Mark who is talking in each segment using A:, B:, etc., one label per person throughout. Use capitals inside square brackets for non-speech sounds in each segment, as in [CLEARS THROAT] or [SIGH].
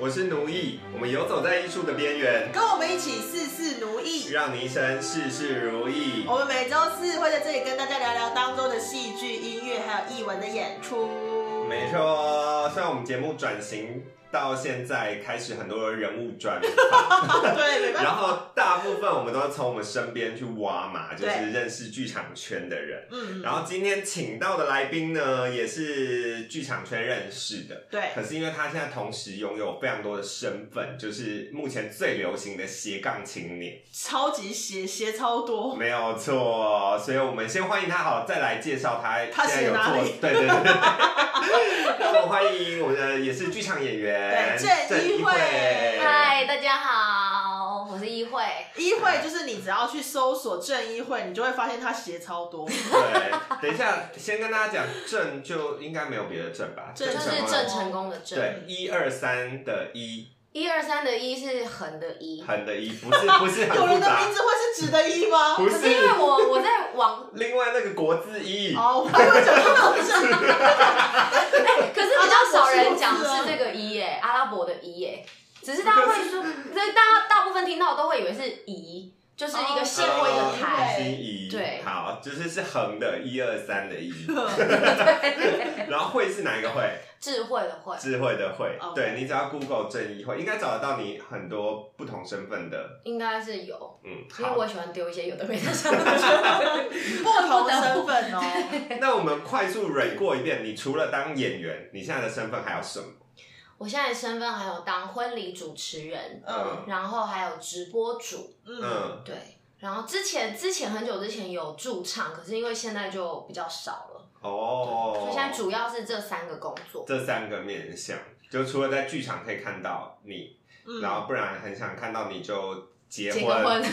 A: 我是奴役，我们游走在艺术的边缘，
B: 跟我们一起事事如意。
A: 让你一生事事如意。
B: 我们每周四会在这里跟大家聊聊当周的戏剧、音乐还有艺文的演出。 [LAUGHS]
A: 没错，虽然我们节目转型到现在开始很多人物转，
B: 对，没办法。
A: 然后大部分我们都从我们身边去挖嘛，就
B: 对
A: 是认识剧场圈的人。
B: 嗯，
A: 然后今天请到的来宾呢，也是剧场圈认识的。
B: 对，
A: 可是因为他现在同时拥有非常多的身份，就是目前最流行的斜杠青年。
B: 超级斜斜超多。
A: 没有错，所以我们先欢迎他好，再来介绍他
B: 他是
A: 现在有
B: 哪
A: 做
B: 里，
A: 对对对。 [LAUGHS] 让我们欢迎我们的也是剧场演员
B: 对郑
A: 郑
B: 伊
A: 伊
B: 慧
A: 慧。
C: 嗨，大家好，我是一慧。
B: 一会就是你只要去搜索正一会，你就会发现它斜超
A: [LAUGHS]
B: 多。
A: 对，等一下，先跟大家讲，郑就应该没有别的郑吧？
B: 郑
C: 就
A: 郑
C: 是
A: 什
C: 郑
A: 么？
C: 成功的郑，
A: 对，一二三的一，
C: 一二三的一是横的一，
A: 横的一，不是不是很
B: 有
A: 复
B: 人的名
A: 杂，
B: 字会是直的一吗？
A: 不
C: 可是因为我我在网，
A: 另外那个国字一，
B: 哦，我还会讲到不是。
A: [LAUGHS]
C: 哎， [LAUGHS] 可是比较少人讲是这个一耶，阿拉伯的一耶，只是大家会说，所以大家大部分听到都会以为是夷，就是一个线或一个
B: 哦
C: 台。
A: 心仪，
C: 对
A: 好，就是是横的，一二三的一，
C: [LAUGHS] 对，
A: [LAUGHS] 然后会是哪一个会？
C: 智慧的慧，
A: 智慧的慧
C: 哦
B: OK
A: 对你只要 Google 正义会，应该找得到你很多不同身份的，
C: 应该是有，
A: 嗯，
C: 因为
A: 好，
C: 我喜欢丢一些有的没的上去。 [LAUGHS]
B: 不同身份哦。
A: 那我们快速蕊过一遍，你除了当演员，你现在的身份还有什么？
C: 我现在的身份还有当婚礼主持人，
B: 嗯
C: 然后还有直播主，
B: 嗯，
A: 嗯，
C: 对，然后之前之前很久之前有驻唱，可是因为现在就比较少了，
A: 哦，
C: 所以现在主要是这三个工作。
A: 这三个面向，就除了在剧场可以看到你，
B: 嗯
A: 然后不然很想看到你就结
C: 结个婚，
A: [LAUGHS] 是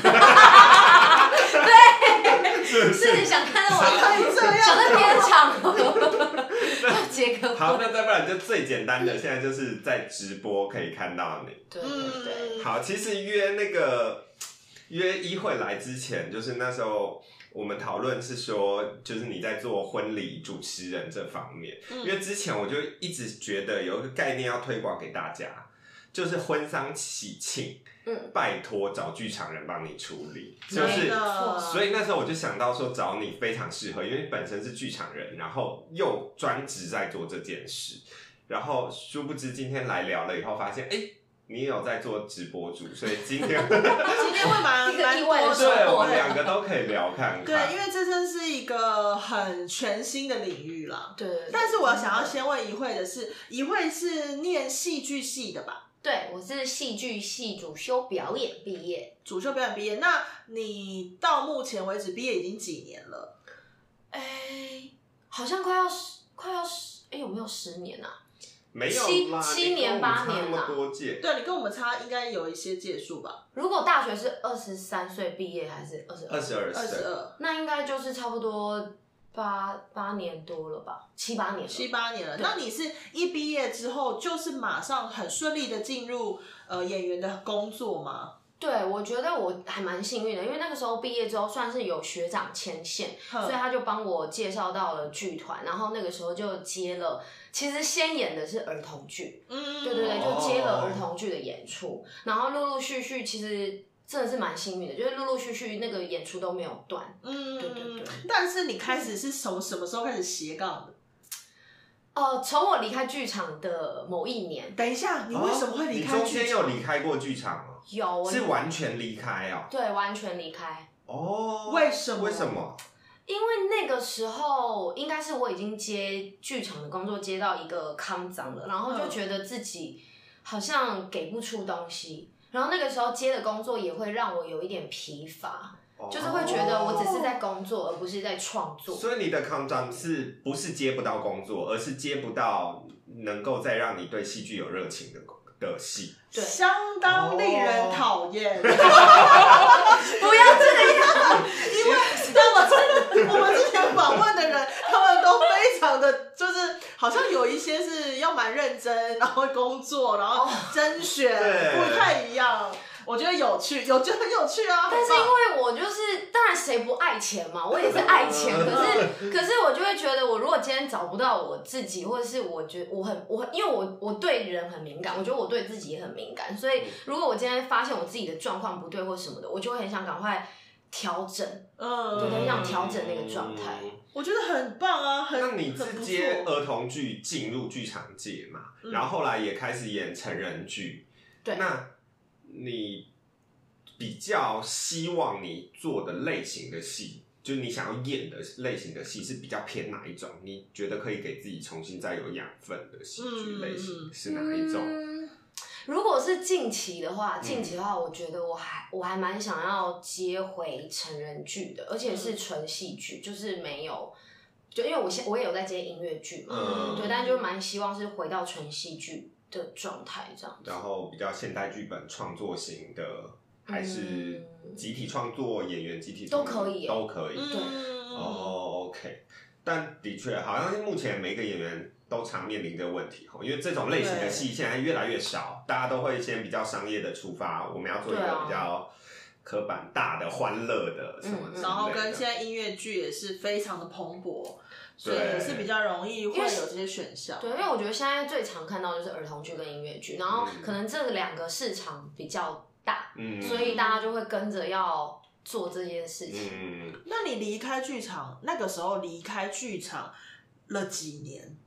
A: 不
C: 是
A: 是？
C: 想看到
B: 可以
C: 我
B: 这样
C: 想在片场了，要 [LAUGHS] 结个
A: 好，
C: 婚，
A: 那再不然就最简单的，现在就是在直播可以看到你。
C: 对对对，
B: 嗯
A: 好，其实约那个约一会来之前，就是那时候我们讨论是说，就是你在做婚礼主持人这方面，
B: 嗯
A: 因为之前我就一直觉得有一个概念要推广给大家，就是婚丧喜庆，
C: 嗯，
A: 拜托找剧场人帮你处理，就
C: 真
A: 是
B: 真。的
A: 所以那时候我就想到说找你非常适合，因为你本身是剧场人，然后又专职在做这件事，然后殊不知今天来聊了以后，发现哎、诶你有在做直播主，所以今
C: [LAUGHS]
A: 天
B: 今天会蛮
C: 一个
B: 蛮
C: 意
B: 多
C: 外的收
A: 对我
C: 获
A: 们两个都可以聊看看。
B: 对，因为这真是一个很全新的领域啦。
C: 对对。对
B: 但是我想要，先问一慧的是，一慧是念戏剧系的吧？
C: 对我是戏剧系主修表演毕业，
B: 主修表演毕业，那你到目前为止毕业已经几年了？
C: 哎，好像快要十快要十，哎有没有十年啊？
A: 没有
C: 七
A: 啦
C: 七
A: 你跟
C: 年
A: 我们
C: 八
A: 差
C: 年
A: 那么
C: 啦
A: 多届，
B: 对你跟我们差应该有一些届数吧，
C: 如果大学是二十三岁毕业还是二十
A: 二十二
B: 二十
A: 岁，
B: 二
C: 那应该就是差不多八八年多了吧，七八年了。
B: 七八年了。
C: 对
B: 那你是一毕业之后就是马上很顺利的进入呃演员的工作吗？
C: 对，我觉得我还蛮幸运的，因为那个时候毕业之后算是有学长牵线，
B: 哼
C: 所以他就帮我介绍到了剧团，然后那个时候就接了。其实先演的是儿童剧，
B: 嗯，
C: 对对对，
A: 哦
C: 就接了儿童剧的演出，然后陆陆续续其实。真的是蛮幸运的，就是陆陆续续那个演出都没有断。
B: 嗯，
C: 对对对
B: 但是你开始是从什么时候开始斜杠的？
C: 呃，从我离开剧场的某一年，
B: 等一下，你为什么会离
A: 哦
B: 开
A: 你中间
B: 剧
A: 有
B: 场？啊
A: 离开过剧场吗？
C: 有我
A: 是完全离开哦。
C: 对完全离开，
A: 哦，
B: 为什么
A: 为什么？
C: 因为那个时候应该是我已经接剧场的工作，接到一个康长了，然后就觉得自己好像给不出东西。然后那个时候接的工作也会让我有一点疲乏，
A: 哦
C: 就是会觉得我只是在工作，而不是在创作。
A: 所以你的 c o n d o m 是不是接不到工作，而是接不到能够再让你对戏剧有热情的工的戏？
C: 对
B: 相当令人讨
A: 哦
B: [LAUGHS] 厌。
C: 不要这样，
B: 因为你知道我真的，我们之前访问的人，他们都非常的就是好像有一些是要蛮认真，然后工作，然后甄选，
A: 对
B: 不太一样。我觉得有趣，有觉得很有趣啊。
C: 但是
B: 很
C: 因
B: 棒
C: 为我就是，当然谁不爱钱嘛，我也是爱钱。可是，可是我就会觉得，我如果今天找不到我自己，或者是我觉我很我很，因为我我对人很敏感，我觉得我对自己也很敏感，所以如果我今天发现我自己的状况不对或什么的，我就会很想赶快调整。
B: 嗯，
C: 对很想调整那个状态
A: 嗯
B: 我觉得很棒啊，很
A: 那你
B: 很
A: 是
B: 不
A: 接
B: 错
A: 儿童剧进入剧场界嘛？
B: 嗯
A: 然后后来也开始演成人剧。
C: 对
A: 那你比较希望你做的类型的戏，就是你想要演的类型的戏是比较偏哪一种？你觉得可以给自己重新再有养分的戏剧类型
B: 嗯
A: 是哪一种？
C: 嗯如果是近期的话，近期的话，我觉得我还我还蛮想要接回成人剧的，而且是纯戏
A: 嗯
C: 剧，就是没有，就因为我现我也有在接音乐剧嘛，
A: 嗯
C: 对，但就蛮希望是回到纯戏剧的状态这样子。
A: 然后比较现代剧本创作型的，还是
C: 嗯
A: 集体创作演员集体创作
C: 都可以耶
A: 都可以。
B: 嗯
C: 对
A: 哦，OK，但的确，好像是目前每个演员都常面临这个问题吼，因为这种类型的戏现在越来越少，大家都会先比较商业的出发，我们要做一个
C: 对啊
A: 比较刻板大的、欢乐的什么之类的，
C: 嗯
B: 然后跟现在音乐剧也是非常的蓬勃，所以
A: 对
B: 也是比较容易会
C: 因为
B: 有这些选项。
C: 对，因为我觉得现在最常看到就是儿童剧跟音乐剧，然后
A: 嗯
C: 可能这两个市场比较大，
A: 嗯，
C: 所以大家就会跟着要做这件事情。
A: 嗯，
B: 那你离开剧场那个时候离开剧场了几年？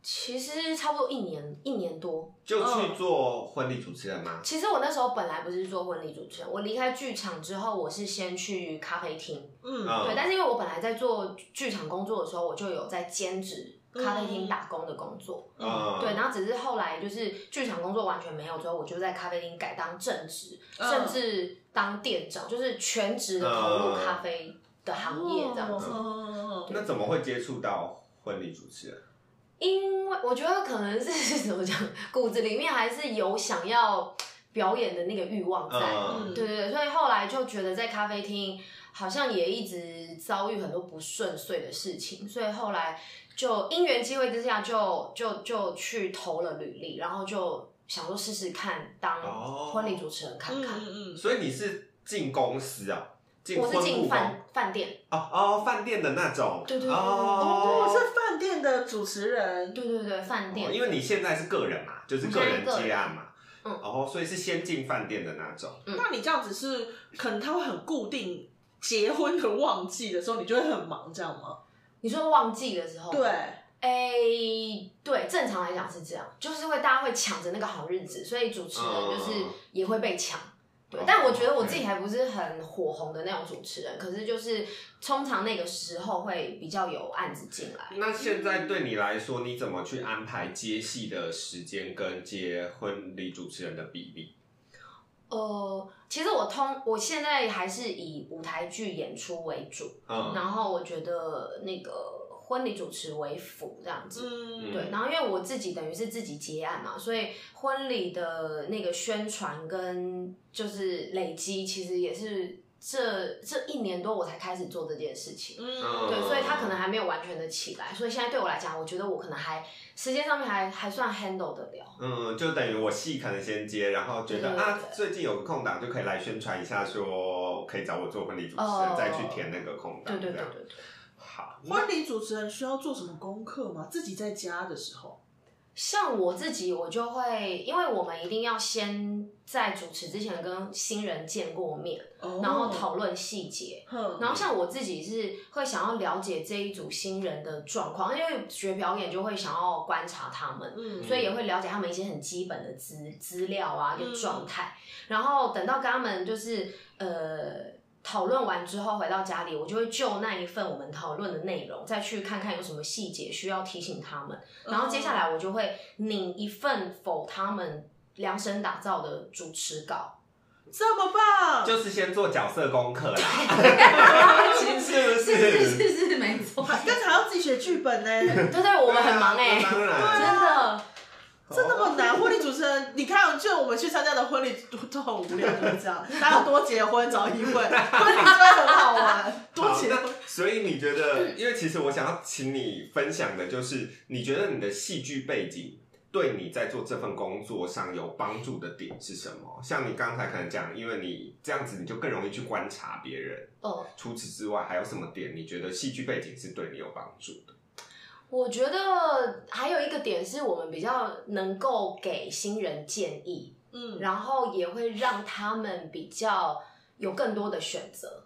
C: 其实差不多一年一年多，
A: 就
C: 嗯
A: 去做婚礼主持人吗？
C: 其实我那时候本来不是做婚礼主持人，我离开剧场之后，我是先去咖啡厅，
B: 嗯，
A: 嗯
C: 对。但是因为我本来在做剧场工作的时候，我就有在兼职咖啡厅打工的工作，
A: 嗯，
C: 对。然后只是后来就是剧场工作完全没有之后，我就在咖啡厅改当正职，
B: 嗯
C: 甚至当店长，就是全职的投入咖啡的行业这样子。
A: 嗯
B: 哦
A: 那怎么会接触到婚礼主持人？
C: 因为我觉得可能是 [LAUGHS] 怎么讲，骨子里面还是有想要表演的那个欲望在。
A: 嗯
C: 对对对，所以后来就觉得在咖啡厅好像也一直遭遇很多不顺遂的事情，所以后来就因缘机会之下就就就去投了履历，然后就想说试试看当
A: 哦
C: 婚礼主持人看
B: 嗯
C: 看。
B: 嗯嗯，
A: 所以你是进公司啊？进
C: 我
A: 婚
C: 是进
A: 顾公
C: 饭饭店，
A: 哦哦饭店的那种，
C: 对对对对
A: 哦，
B: 哦，是饭店的主持人，
C: 对对对，饭店，
A: 哦因为你现在是个人嘛，就是个人接案嘛，
C: 我现在个人
A: 然后所以是先进饭店的那种，
B: 那你这样子是可能他会很固定。结婚的旺季的时候，你就会很忙，这样吗？
C: 你说旺季的时候，
B: 对，
C: 哎，对，正常来讲是这样，就是会大家会抢着那个好日子，所以主持人就是
A: 嗯
C: 也会被抢。对
A: 哦，
C: 但我觉得我自己还不是很火红的那种主持人，可是就是通常那个时候会比较有案子进来。
A: 哎那现在对你来说，你怎么去安排接戏的时间跟接婚礼主持人的比例？
C: 呃，其实我通我现在还是以舞台剧演出为主，
A: 嗯，
C: 然后我觉得那个婚礼主持为辅这样子。
B: 嗯，
C: 对，然后因为我自己等于是自己结案嘛，所以婚礼的那个宣传跟就是累积，其实也是这这一年多我才开始做这件事情。
B: 嗯，
C: 对，所以他可能还没有完全的起来，所以现在对我来讲，我觉得我可能还时间上面还还算 handle 得了。
A: 嗯，就等于我戏可能先接，然后觉得
C: 对对
A: 啊
C: 对，
A: 最近有个空档就可以来宣传一下，说可以找我做婚礼主持人，
C: 哦
A: 再去填那个空
C: 对
A: 档，
C: 对
A: 这
C: 对
A: 样
C: 对对，
A: 好。那
B: 婚礼主持人需要做什么功课吗？自己在家的时候，
C: 像我自己，我就会因为我们一定要先在主持之前跟新人见过面，
B: 哦
C: 然后，讨论细节，
B: 哼，
C: 然后像我自己是会想要了解这一组新人的状况，因为学表演就会想要观察他们，
B: 嗯
C: 所以也会了解他们一些很基本的资资料啊
B: 嗯
C: 跟状态。然后等到跟他们就是呃讨论完之后回到家里，我就会就那一份我们讨论的内容再去看看有什么细节需要提醒他们。然后接
B: 哦
C: 下来我就会拟一份否他们量身打造的主持 [LAUGHS] 稿。
B: 这么棒，
A: 就是先做角色功课啦，
B: [LAUGHS]
A: 是不
C: 是是是是，没错。
A: [LAUGHS]
B: 还但是还要自己写剧本呢。欸
C: 对对，我们很忙哎、
A: 当然，
C: 真的。
B: 真的很难。婚礼主持人，你看，就我们去参加的婚礼都都很无聊，就是
A: [LAUGHS]
B: 这样。大家多结婚，早一婚，婚礼真的很好玩， [LAUGHS] 多嗯
A: 好，
B: 结婚。
A: 那所以你觉得，因为其实我想要请你分享的就是，你觉得你的戏剧背景对你在做这份工作上有帮助的点是什么？像你刚才可能讲，因为你这样子，你就更容易去观察别人。
C: 哦，
A: 除此之外，还有什么点你觉得戏剧背景是对你有帮助的？
C: 我觉得还有一个点是我们比较能够给新人建议，
B: 嗯，
C: 然后也会让他们比较有更多的选择。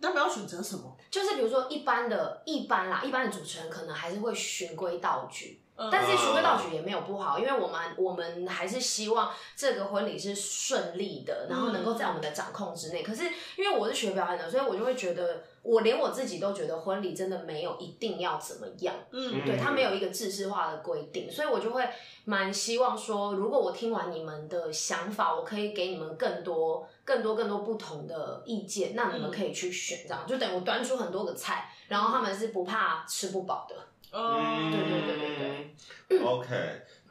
B: 那们要选择什么？
C: 就是比如说一般的、一般啦，一般的主持人可能还是会循规蹈矩，
B: 嗯
C: 但是循规蹈矩也没有不好，因为我们我们还是希望这个婚礼是顺利的，然后能够在我们的掌控之内。可是因为我是学表演的，所以我就会觉得，我连我自己都觉得婚礼真的没有一定要怎么样。
B: 嗯
C: 对，它没有一个制式化的规定，所以我就会蛮希望说，如果我听完你们的想法，我可以给你们更多、更多、更多不同的意见，那你
B: 嗯
C: 们可以去选，这样就等于我端出很多个菜，然后他们是不怕吃不饱的。
B: 嗯，
C: 哦对对对对对
A: 对。OK，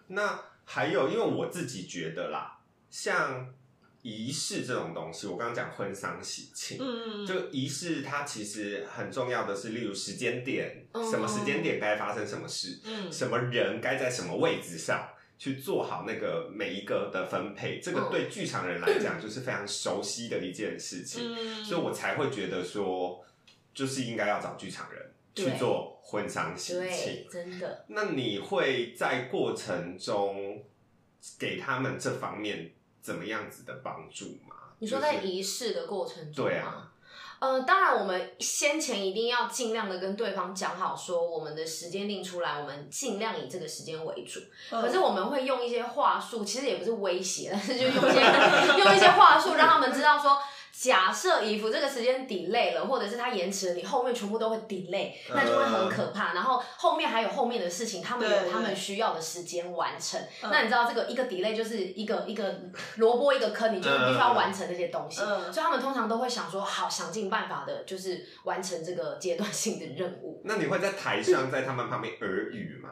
A: 那还有，因为我自己觉得啦，像仪式这种东西，我刚刚讲婚丧喜庆，
B: 嗯，
A: 就仪式它其实很重要的是，例如时间点，
C: 嗯
A: 什么时间点该发生什么事，
B: 嗯
A: 什么人该在什么位置上。去做好那个每一个的分配，这个
C: 嗯
A: 对剧场人来讲就是非常熟悉的一件事情。
B: 嗯，
A: 所以我才会觉得说，就是应该要找剧场人
C: 对
A: 去做婚丧喜
C: 对
A: 庆，。
C: 真的，
A: 那你会在过程中给他们这方面怎么样子的帮助吗？
C: 你说
A: 就是
C: 在仪式的过程中
A: 对
C: 吗
A: 啊？
C: 呃，当然，我们先前一定要尽量的跟对方讲好，说我们的时间定出来，我们尽量以这个时间为主。
B: 嗯
C: 可是我们会用一些话术，其实也不是威胁， [LAUGHS] 但是就用一些
B: [LAUGHS]
C: 用一些话术，让他们知道说，假设衣服这个时间 delay 了，或者是它延迟了，你后面全部都会 delay，那
B: 嗯
C: 就会很可怕。然后后面还有后面的事情，他们
B: 对
C: 有他们
B: 对
C: 需要的时间完成。
B: 嗯
C: 那你知道这个一个 delay 就是一个一个萝卜一个坑，你就是必须要完成这些东西。
B: 嗯
C: 所以他们通常都会想说，好，想尽办法的，就是完成这个阶段性的任务。
A: 那你会在台
C: [LAUGHS]
A: 上在他们旁边耳语吗？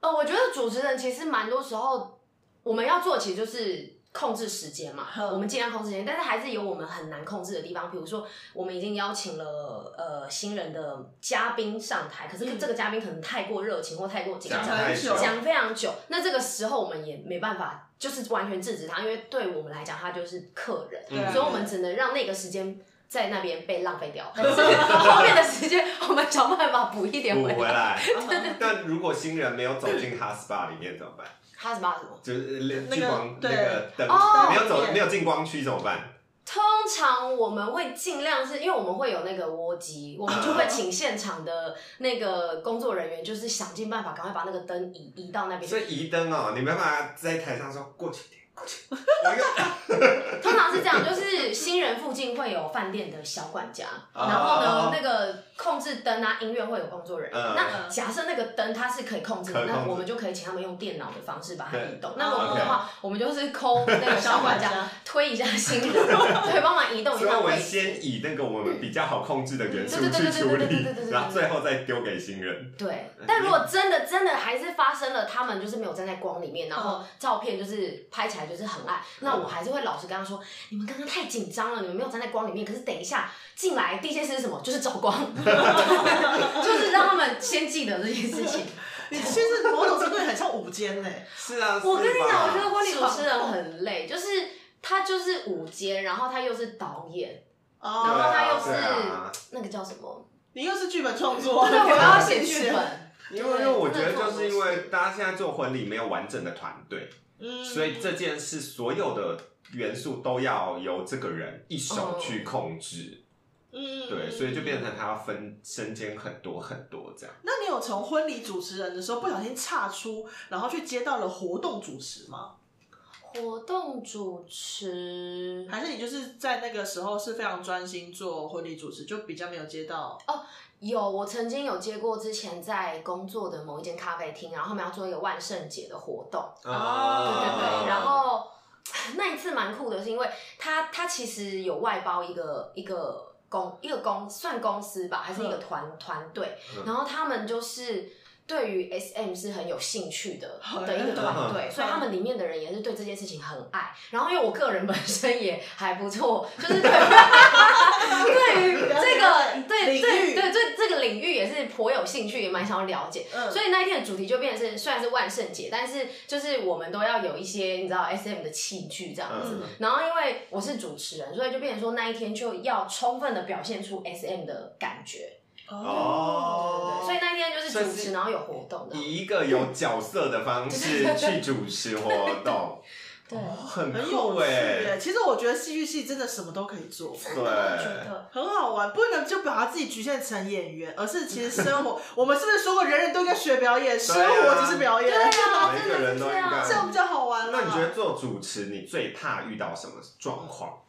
C: 呃，我觉得主持人其实蛮多时候我们要做，其实就是控制时间嘛，
B: 嗯
C: 我们尽量控制时间，但是还是有我们很难控制的地方。比如说，我们已经邀请了呃新人的嘉宾上台，可是
B: 嗯
C: 这个嘉宾可能太过热情或太过紧张
A: 讲，
B: 很
A: 太
B: 久
A: 久，
C: 讲非常久，那这个时候我们也没办法，就是完全制止他，因为对我们来讲他就是客人，
A: 嗯
B: 对啊
C: 所以我们只能让那个时间。在那边被浪费掉，但是后面的时间我们想办法补一点
A: 补
C: 回
A: 回
C: 来。
A: 来。
B: 嗯
A: 但如果新人没有走进他 SPA 里面怎么办？
C: 他什么什么？
A: 就是
B: 那个
A: 聚光那
B: 对
A: 个灯，
C: 哦
A: 没有走
B: 对
A: 没有进光区怎么办？
C: 通常我们会尽量是因为我们会有那个窝机，我们就会请现场的那个工作人员，就是想尽办法赶快把那个灯移移到那边
A: 所。以移灯哦，你没办法在台上说过去一点，过去一点，我又
C: 通常是这样，就是新人附近会有饭店的小
A: [LAUGHS]
C: 管家，
A: 哦
C: 然后呢，那个控制灯啊、音乐会有工作人员。
A: 嗯
C: 那假设那个灯它是可以控制的，
A: 可以控
C: 那
A: 制啊
C: 我们就可以请他们用电脑的方式把它移动。
B: 对
C: 那如果不的话，我们就是抠那个小
A: [LAUGHS]
C: 管家
B: 小管家
C: 推一下新人， [LAUGHS] 对，帮忙移动一
A: 所以
C: 下
A: 我
C: 位
A: 们
C: 置。
A: 先以那个我们比较好控制的元素
C: 对对
A: 去
C: 对
A: 处
C: 对对对对对对
A: 理，
C: 对
A: 然后最后再丢给新人。
C: 对，但如果真的真的还是发生了，他们就是没有站在光里面，然后照片就是拍起来就是很暗，那我还是会老实跟他说，你们刚刚太紧张了，你们没有站在光里面。可是等一下进来第一件事是什么？就是找光， [LAUGHS] 就是让他们先记得这件事情。
B: 你其实某种程度也很像午间呢。
A: 是啊，
C: 我跟你讲，我觉得
A: 得
C: 婚礼主持人很累，就是他就是舞间，然后他又是导演，
B: 哦
C: 然后他又
A: 对
C: 是
A: 啊
C: 那个叫什么？
B: 你又是剧本创作，
C: 哦对，我要写剧本。
A: 因为因为我觉得就是因为大家现在做婚礼没有完整的团队，
B: 嗯，
A: 所以这件事所有的元素都要由这个人一
C: 哦
A: 手去控制，
B: 嗯，
A: 对，所以就变成他要分身兼很多很多这样。
B: 那你有从婚礼主持人的时候不小心岔出，然后去接到了活动主持吗？
C: 活动主持
B: 还是你就是在那个时候是非常专心做婚礼主持，就比较没有接到？
C: 有，我曾经有接过之前在工作的某一间咖啡厅，然后他们要做一个万圣节的活动，
B: 哦
A: 啊
C: 对对
B: 哦
A: 嗯
C: 对，然后那一次蛮酷的，是因为他他其实有外包一个一个公一个公算公司吧，还是一个团团队，
A: 嗯
C: 然后他们就是。对于 SM 是很有兴趣的
B: 好
C: 的一个
A: 嗯
C: 团队，所以他们里面的人也是对这件事情很爱。然后因为我个人本身也还不错，就是对对于 [LAUGHS] 这个对
B: 领
C: 对
B: 域
C: 对对这个领域也是颇有兴趣，也蛮想要了解。
B: 嗯
C: 所以那一天的主题就变成是，虽然是万圣节，但是就是我们都要有一些你知道 S M 的器具这样子。
A: 嗯
C: 然后因为我是主持人，所以就变成说那一天就要充分的表现出 S M 的感觉。
A: 哦
C: 对，所以那一天就是主
A: 所以
C: 持，
A: 是
C: 然后有活动的。
A: 以一个有角色的方式去主持活动，
C: 对，
A: 哦很
B: 很
A: 酷
B: 有趣耶
A: 哎，！
B: 其实我觉得戏剧系真的什么都可以做。
C: 真的我觉得
B: 很好玩，不能就把它自己局限成演员，而是其实生活，我们是不是说过人人都应该学表演，生
A: 对啊
B: 活就是表演，
C: 对啊，
A: 每一
C: 真
A: 个
C: 的
A: 人
C: 是
A: 都
C: 这
A: 应该
B: 这样
C: 样。
B: 比较好玩啦
A: 那你觉得做主持，你最怕遇到什么状况？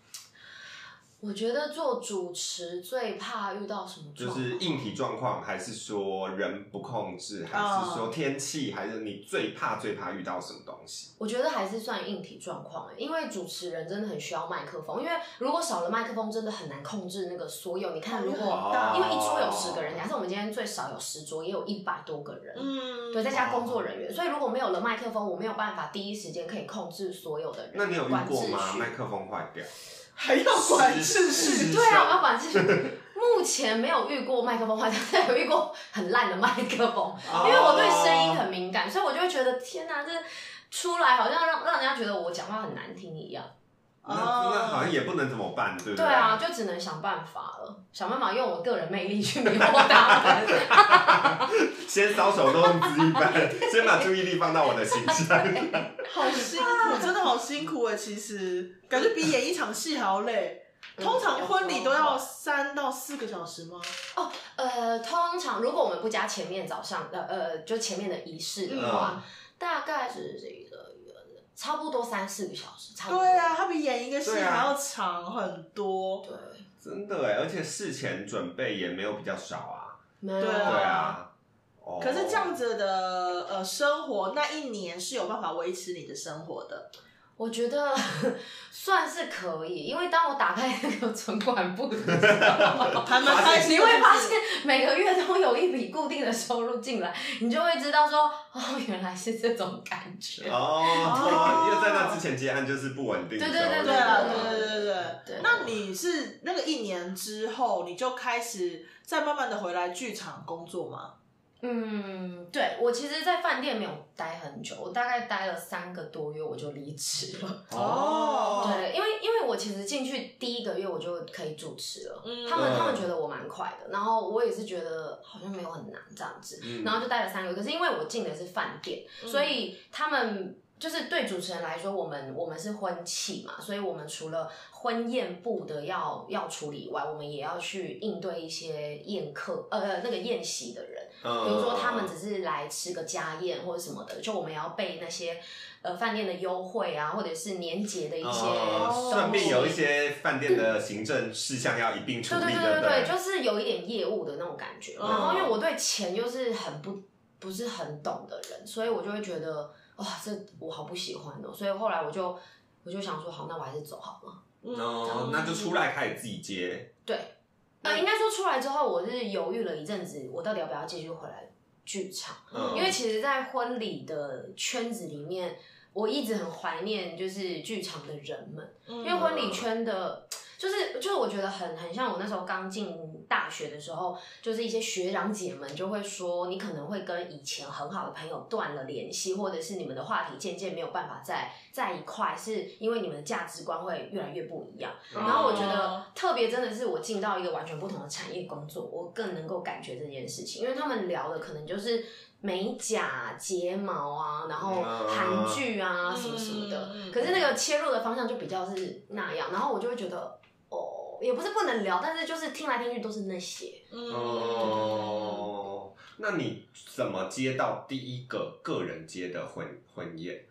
C: 我觉得做主持最怕遇到什么状
A: 就
C: 况？
A: 是硬体状况，还是说人不控制，还
C: 嗯
A: 是说天气，还是你最怕最怕遇到什么东西？
C: 我觉得还是算硬体状况、欸，因为主持人真的很需要麦克风，因为如果少了麦克风，真的很难控制那个所有。你看，如果
A: 哦
C: 因为一桌有十个人，假设我们今天最少有十桌，也有一百多个人，
B: 嗯，
C: 对，再加工作人员，所以如果没有了麦克风，我没有办法第一时间可以控制所有的人。
A: 那你有遇
C: 管
A: 过
C: 秩
A: 吗？
C: 序
A: 麦克风坏
C: [LAUGHS]
A: 掉，
B: 还要管秩序，
A: [LAUGHS] 是
C: 对
A: 是
C: 啊，我要管秩序。目前没有遇过麦克风坏掉，但有遇过很烂的麦克风，因为我对声
A: 哦
C: 音很敏感，所以我就会觉得天哪、这出来好像让让人家觉得我讲话很难听一样。
A: 那那好像也不能怎么办，对不
C: 哦对
A: 对
C: 啊，，就只能想办法了，想办法用我个人魅力去迷惑
A: [LAUGHS]
C: 他们。
A: [LAUGHS] 先搔首弄姿一
C: [LAUGHS]
A: 般，先把注意力放到我的形象。
B: 好辛苦，啊真的好辛苦哎！其实感觉比演一场戏还要累。通常婚礼都要三到四个小时吗？
C: 呃，通常如果我们不加前面早上的呃，就前面的仪式的话，
A: 嗯
C: 大概是这个差不多三四个小时，差不多。
B: 对啊，，它比演一个戏
A: 对啊
B: 还要长很多。
C: 对，
A: 真的哎，而且事前准备也没有比较少啊。
C: 没有
B: 对啊
A: 对啊，哦
B: 可是这样子的呃生活，那一年是有办法维持你的生活的。
C: 我觉得 [LAUGHS] 算是可以，因为当我打开那个存款簿的时
A: [LAUGHS]
C: 候，
B: 还蛮开心
C: [LAUGHS] 你
B: 的
C: 会发
B: 就是
C: 现每个月都有一笔固定的收入进来，你就会知道说，哦，原来是这种感觉。 [LAUGHS]
A: 哦，因为在那之前接案就是不稳定的
C: 对
A: 收入，
C: 对对
B: 对啊，
C: 啊
B: 对对对对
C: 对
B: 那你是那个一年之后，你就开始再慢慢的回来剧场工作吗？
C: 嗯，对我其实，在饭店没有待很久，我大概待了三个多月，我就离职了。
A: 哦，
C: 对，因为因为我其实进去第一个月我就可以主持了，
B: 嗯
C: 他们
A: 嗯
C: 他们觉得我蛮快的，然后我也是觉得好像没有很难这样子，
A: 嗯
C: 然后就待了三个月。可是因为我进的是饭店，
B: 嗯
C: 所以他们。就是对主持人来说，我们我们是婚庆嘛，所以我们除了婚宴部的要要处理以外，我们也要去应对一些宴客呃那个宴席的人。
A: 嗯
C: 比如说他们只是来吃个家宴或者什么的，就我们也要备那些呃饭店的优惠啊，或者是年节的一些
A: 哦
C: 东西，
A: 顺便有一些饭店的行政事项要一并处
C: 对
A: 理，
C: 对
A: 不
C: 对对，就是有一点业务的那种感觉。
A: 嗯
C: 然后因为我对钱又是很不不是很懂的人，所以我就会觉得哇、这我好不喜欢哦。所以后来我就我就想说，好，那我还是走好了。
B: 嗯
A: 哦，那就出来开始自己接，
C: 对，
A: 嗯
C: 呃，应该说出来之后，我是犹豫了一阵子，我到底要不要继续回来剧场。
A: 嗯
C: 因为其实，在婚礼的圈子里面，我一直很怀念就是剧场的人们，
B: 因
C: 因为婚礼圈的，就是就是我觉得很很像我那时候刚进大学的时候，就是一些学长姐们就会说，你可能会跟以前很好的朋友断了联系，或者是你们的话题渐渐没有办法在在一块，是因为你们的价值观会越来越不一样。然后我觉
B: 哦
C: 得特别真的是我进到一个完全不同的产业工作，我更能够感觉这件事情，因为他们聊的可能就是美甲、睫毛啊，然后
A: 嗯
C: 韩剧啊什么什么的
B: 嗯嗯嗯，
C: 可是那个切入的方向就比较是那样，然后我就会觉得哦，也不是不能聊，但是就是听来听去都是那些。
B: 嗯，
A: 哦，那你怎么接到第一个个人接的婚婚宴？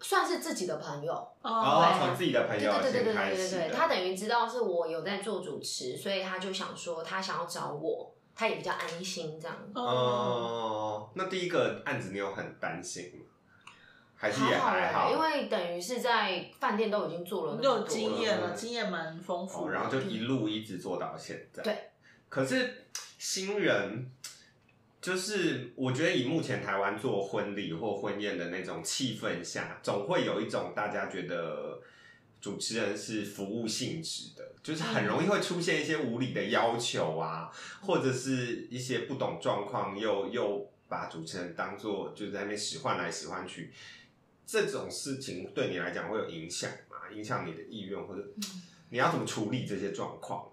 C: 算是自己的朋友，
A: 哦，
B: 哦，
A: 从自己的朋
C: 对
A: 友
C: 对对对
A: 先
C: 对
A: 开
C: 对
A: 始
C: 对
A: 的，，
C: 他等于知道是我有在做主持，所以他就想说他想要找我，他也比较安心这样。
B: 哦，
A: 哦，那第一个案子你有很担心吗？还是也
C: 还好
A: 还
C: 欸
A: 好？
C: 因为等于是在饭店都已经做了
B: 你
C: 那么
B: 有
C: 多
B: 经验了，
A: 嗯
B: 经验蛮丰富
A: 哦，
B: 的，
A: 然后就一路一直做到现在。
C: 对，
A: 可是新人就是我觉得以目前台湾做婚礼或婚宴的那种气氛下，总会有一种大家觉得主持人是服务性质的，就是很容易会出现一些无理的要求啊，或者是一些不懂状况又又把主持人当做就在那边使唤来使唤去，这种事情对你来讲会有影响吗？影响你的意愿或者你要怎么处理这些状况啊？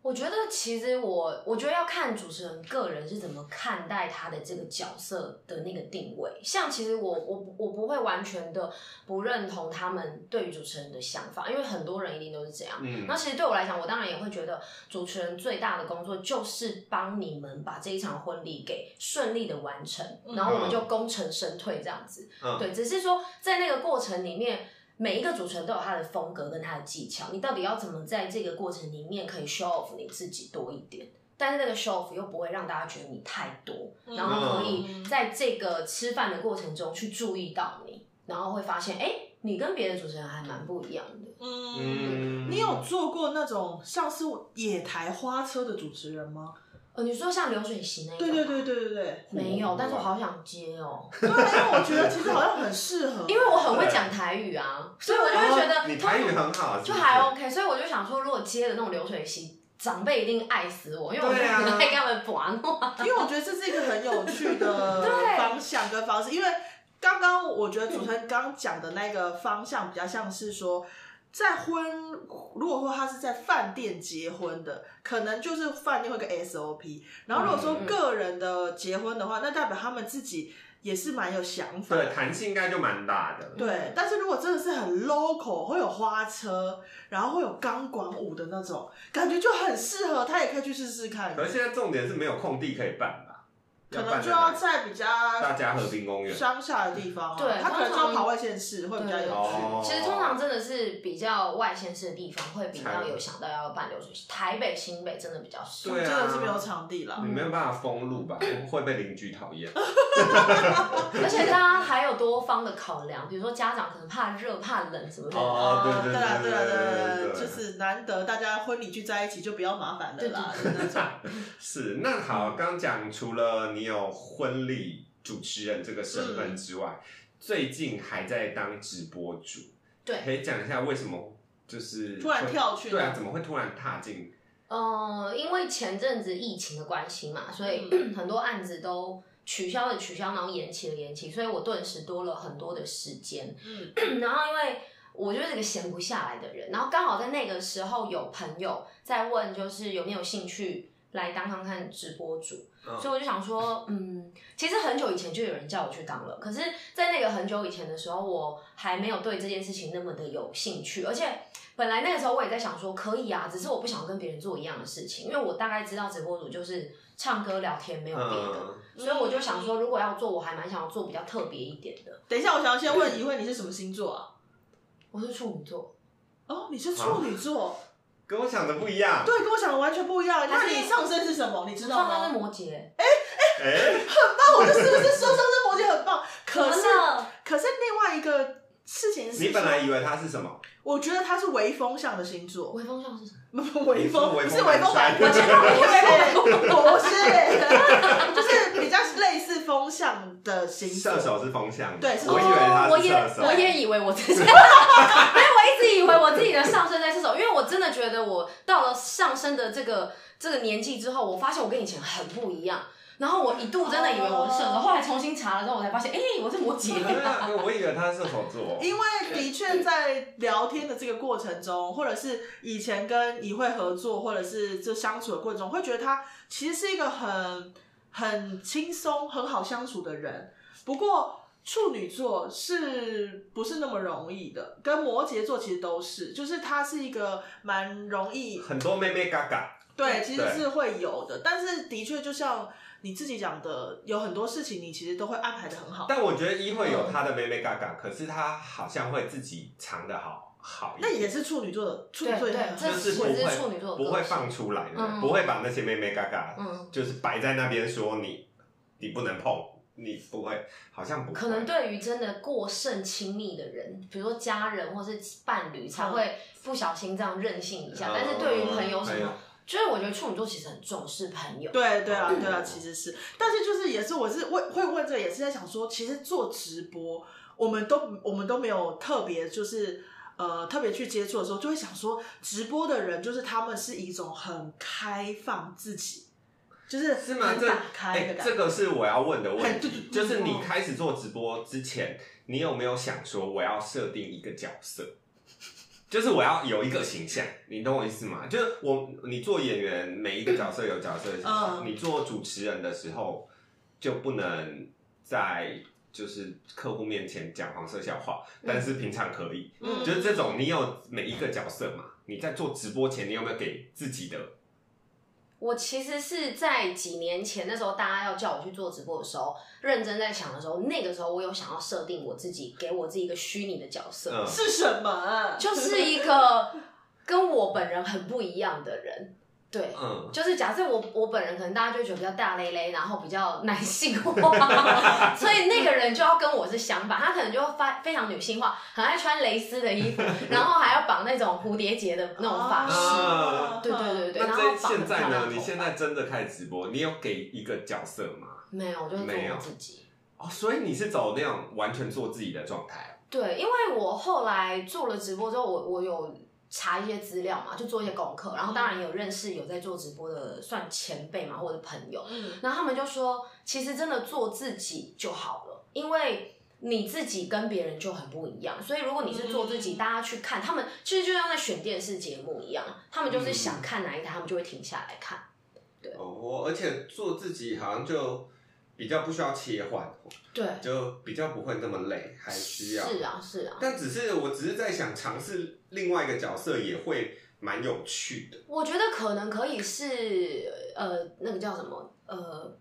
C: 我觉得其实我，我觉得要看主持人个人是怎么看待他的这个角色的那个定位。像其实我我不我不会完全的不认同他们对于主持人的想法，因为很多人一定都是这样。
A: 嗯
C: 那其实对我来讲，我当然也会觉得主持人最大的工作就是帮你们把这一场婚礼给顺利的完成，
B: 嗯
C: 然后我们就功成身退这样子。
A: 嗯，
C: 对，只是说在那个过程里面，每一个主持人都有他的风格跟他的技巧，你到底要怎么在这个过程里面可以 show off 你自己多一点？但是那个 show off 又不会让大家觉得你太多，
B: 嗯
A: 嗯
C: 然后可以在这个吃饭的过程中去注意到你，然后会发现，哎、你跟别的主持人还蛮不一样的。
B: 嗯，你有做过那种像是野台花车的主持人吗？
C: 呃，你说像流水
A: 嗯
C: 席那一种
B: 对
C: 吗，
B: 对对对对对，
C: 没有，但是我好想接哦、
B: 对，因为我觉得其实好像很适合，
C: 因为我很会讲台语啊，所以我就会觉得
A: 你台语很好，
C: 就是
A: 不是
C: 还 OK，所以我就想说，如果接的那种流水席，长辈一定爱死我，因为我就
A: 对啊哦
C: 很爱跟他们玩弄。
B: 因为我觉得这是一个很有趣
A: [LAUGHS]
B: 的
C: 对
B: 方向跟方式，因为刚刚我觉得主持人刚讲的那个方向比较像是说。在婚，如果说他是在饭店结婚的，可能就是饭店会有个 SOP。然后如果说
C: 嗯嗯
B: 个人的结婚的话，那代表他们自己也是蛮有想法的
A: 对，弹性应该就蛮大的。
B: 对，但是如果真的是很 local，会有花车，然后会有钢管舞的那种，感觉就很适合，他也可以去试试看。
A: 可是现在重点是没有空地可以办吧？
B: 可能
A: 办
B: 就
A: 在哪
B: 要
A: 里
B: 在比较
A: 大家和平公园。
B: 乡下的地方、啊，
C: 对
B: 他可能就
C: 通
B: 要
C: 常
B: 跑外县市会比较有
C: 对
A: 哦
B: 趣。
C: 其实通常真的是比较外县市的地方会比
A: 才
C: 较有想到要办流水席，台北、新北真的比较少。
A: 对啊
B: 真的是没有场地啦
A: 你。没有办法封路吧？会被邻居讨厌。 [LAUGHS]
C: 而且大家还有多方的考量，比如说家长可能怕热、怕冷什么的。
A: 哦对对
B: 对啦
A: 对
B: 啦
A: 对
B: 对
A: 对
B: 啦，
A: 对
B: 就是难得大家婚礼聚在一起，就不要麻烦了啦。
C: 对
B: 那种
A: 是，那好，刚刚讲除了你有婚礼主持人这个身份之外，最近还在当直播主，
C: 对
A: 可以讲一下为什么就是
B: 突然
A: 会
B: 跳去
A: 对啊，
B: 的
A: 怎么会突然踏进？
C: 呃，因为前阵子疫情的关系嘛，所以
A: 嗯
C: [CLEARS THROAT] 很多案子都取消了取消，然后延期了延期，所以我顿时多了很多的时间。
B: 嗯，
C: [CLEARS THROAT] 然后因为我就是个闲不下来的人，然后刚好在那个时候有朋友在问，就是有没有兴趣来当看看直播主，
A: 嗯
C: 所以我就想说，嗯，其实很久以前就有人叫我去当了，可是，在那个很久以前的时候，我还没有对这件事情那么的有兴趣，而且。本来那个时候我也在想说可以啊，只是我不想跟别人做一样的事情，因为我大概知道直播主就是唱歌聊天没有别的，
A: 嗯，
C: 所以我就想说如果要做，我还蛮想要做比较特别一点的。
B: 等一下，我想要先问一问你是什么星座啊？
C: 我是处女座，嗯
B: 哦，你是处女座，
A: 跟我想的不一样。
B: 对，跟我想的完全不一样。那
C: 还是
B: 你上升是什么？你知道
C: 上升
B: 吗
C: 是？摩羯，
A: 哎，
B: 那我就是不是说上升摩羯很
C: [LAUGHS]
B: 棒？可是
C: 真的
B: 可是另外一个事情是，
A: 你本来以为他是什么？
B: 我觉得他是微风向的星座，
C: 微风上是什么？
B: 不不 [LAUGHS] 微风
A: 你
B: 不
A: 说
B: 是
A: 微
B: 微
A: 风
B: 风
A: 男
B: 反，
A: 生
B: 不是， [LAUGHS] 就是比较类似风向的星座
A: 射。手是风向的，
B: 对是
A: 我以为他
C: 哦我
A: 是
C: 也
A: 射手。
C: 我也以为我自己，因为我一直以为我自己的上升在射手，因为我真的觉得我到了上升的这个这个年纪之后，我发现我跟以前很不一样。然后我一度真的以为我是射手
B: 哦
C: 后来重新查了之后，我才发现，哎、我是摩羯。
A: [LAUGHS] 对啊，我以为他是射手
C: [LAUGHS]
A: 座。
B: 因为的确在聊天的这个过程中，或者是以前跟你会合作，或者是就相处的过程中，会觉得他其实是一个很很轻松、很好相处的人。不过处女座是不是那么容易的？跟摩羯座其实都是，就是他是一个蛮容易
A: 很多妹妹嘎嘎，
B: 对，其实
A: 对
B: 是会有的。但是的确，就像你自己讲的，有很多事情你其实都会安排的很好。
A: 但我觉得一会有她的妹妹嘎嘎，可是她好像会自己藏的好好一
B: 那
A: 点，
B: 也是处女座的处女
C: 对
B: 座也
C: 对
B: 很
C: 这
A: 就是
C: 是
A: 不
C: 我
A: 会
C: 是处女座的
A: 不会
C: 个性
A: 放出来的，
C: 嗯
A: 不会把那些妹妹嘎嘎
C: 嗯，
A: 就是摆在那边说你你不能碰，你不会，好像不会
C: 可能对于真的过剩亲密的人，比如说家人或是伴侣，才会不小心这样任性一下。
A: 嗯
C: 但是对于朋友什
A: 朋友
C: 么，就是我觉得处女座其实很重视朋友，
B: 对对啊
A: 嗯，
B: 对啊，其实是，但是就是也是，我是问会问这个，也是在想说，其实做直播，我们都我们都没有特别就是呃特别去接触的时候，就会想说，直播的人就是他们是一种很开放自己，就是
A: 是吗？
B: 很
A: 这
B: 打开的
A: 哎
B: 感
A: 这
B: 觉。
A: 个是我要问的问
B: 很对
A: 题，
B: 对
A: 就是你
B: 嗯
A: 开始做直播之前，你有没有想说我要设定一个角色？ [LAUGHS] 就是我要有一个形象，你懂我意思吗？就是我，你做演员，每一个角色有角色的形
B: 嗯
A: 象；你做主持人的时候，就不能在就是客户面前讲黄色笑话，但是平常可以。
B: 嗯
A: 就是这种，你有每一个角色嘛？你在做直播前，你有没有给自己的？
C: 我其实是在几年前，那时候大家要叫我去做直播的时候，认真在想的时候，那个时候我有想要设定我自己，给我自己一个虚拟的角色，
A: 嗯，
B: 是什么啊？
C: 就是一个跟我本人很不一样的人。对，
A: 嗯，
C: 就是假设我我本人可能大家就会觉得比较大咧咧，然后比较男性化， [LAUGHS] 所以那个人就要跟我是相反，他可能就发非常女性化，很爱穿蕾丝的衣服，然后还要绑那种蝴蝶结的那种发饰。
A: 啊
C: 对对对对，然
A: 那
C: 后
A: 这
C: 绑
A: 现
C: 很漂
A: 在
C: 亮的
A: 呢？
C: 头
A: 你
C: 发
A: 现在真的开始直播，你有给一个角色吗？
C: 没有，我就是做
A: 没有
C: 我自己。
A: 哦，所以你是走那种完全做自己的状态啊
C: 对，因为我后来做了直播之后，我我有查一些资料嘛，就做一些功课，然后当然也有认识有在做直播的算前辈嘛，或者朋友，
B: 嗯
C: 然后他们就说，其实真的做自己就好了，因为。你自己跟别人就很不一样，所以如果你是做自己，
B: 嗯
C: 大家去看他们，其实就像在选电视节目一样，他们就是
A: 嗯
C: 想看哪一台，他们就会停下来看。
A: 哦，我而且做自己好像就比较不需要切换，哦
C: 对，
A: 就比较不会那么累，还需要。
C: 是啊，是啊。
A: 但只是我只是在想，尝试另外一个角色也会蛮有趣的。
C: 我觉得可能可以是呃，那个叫什么呃，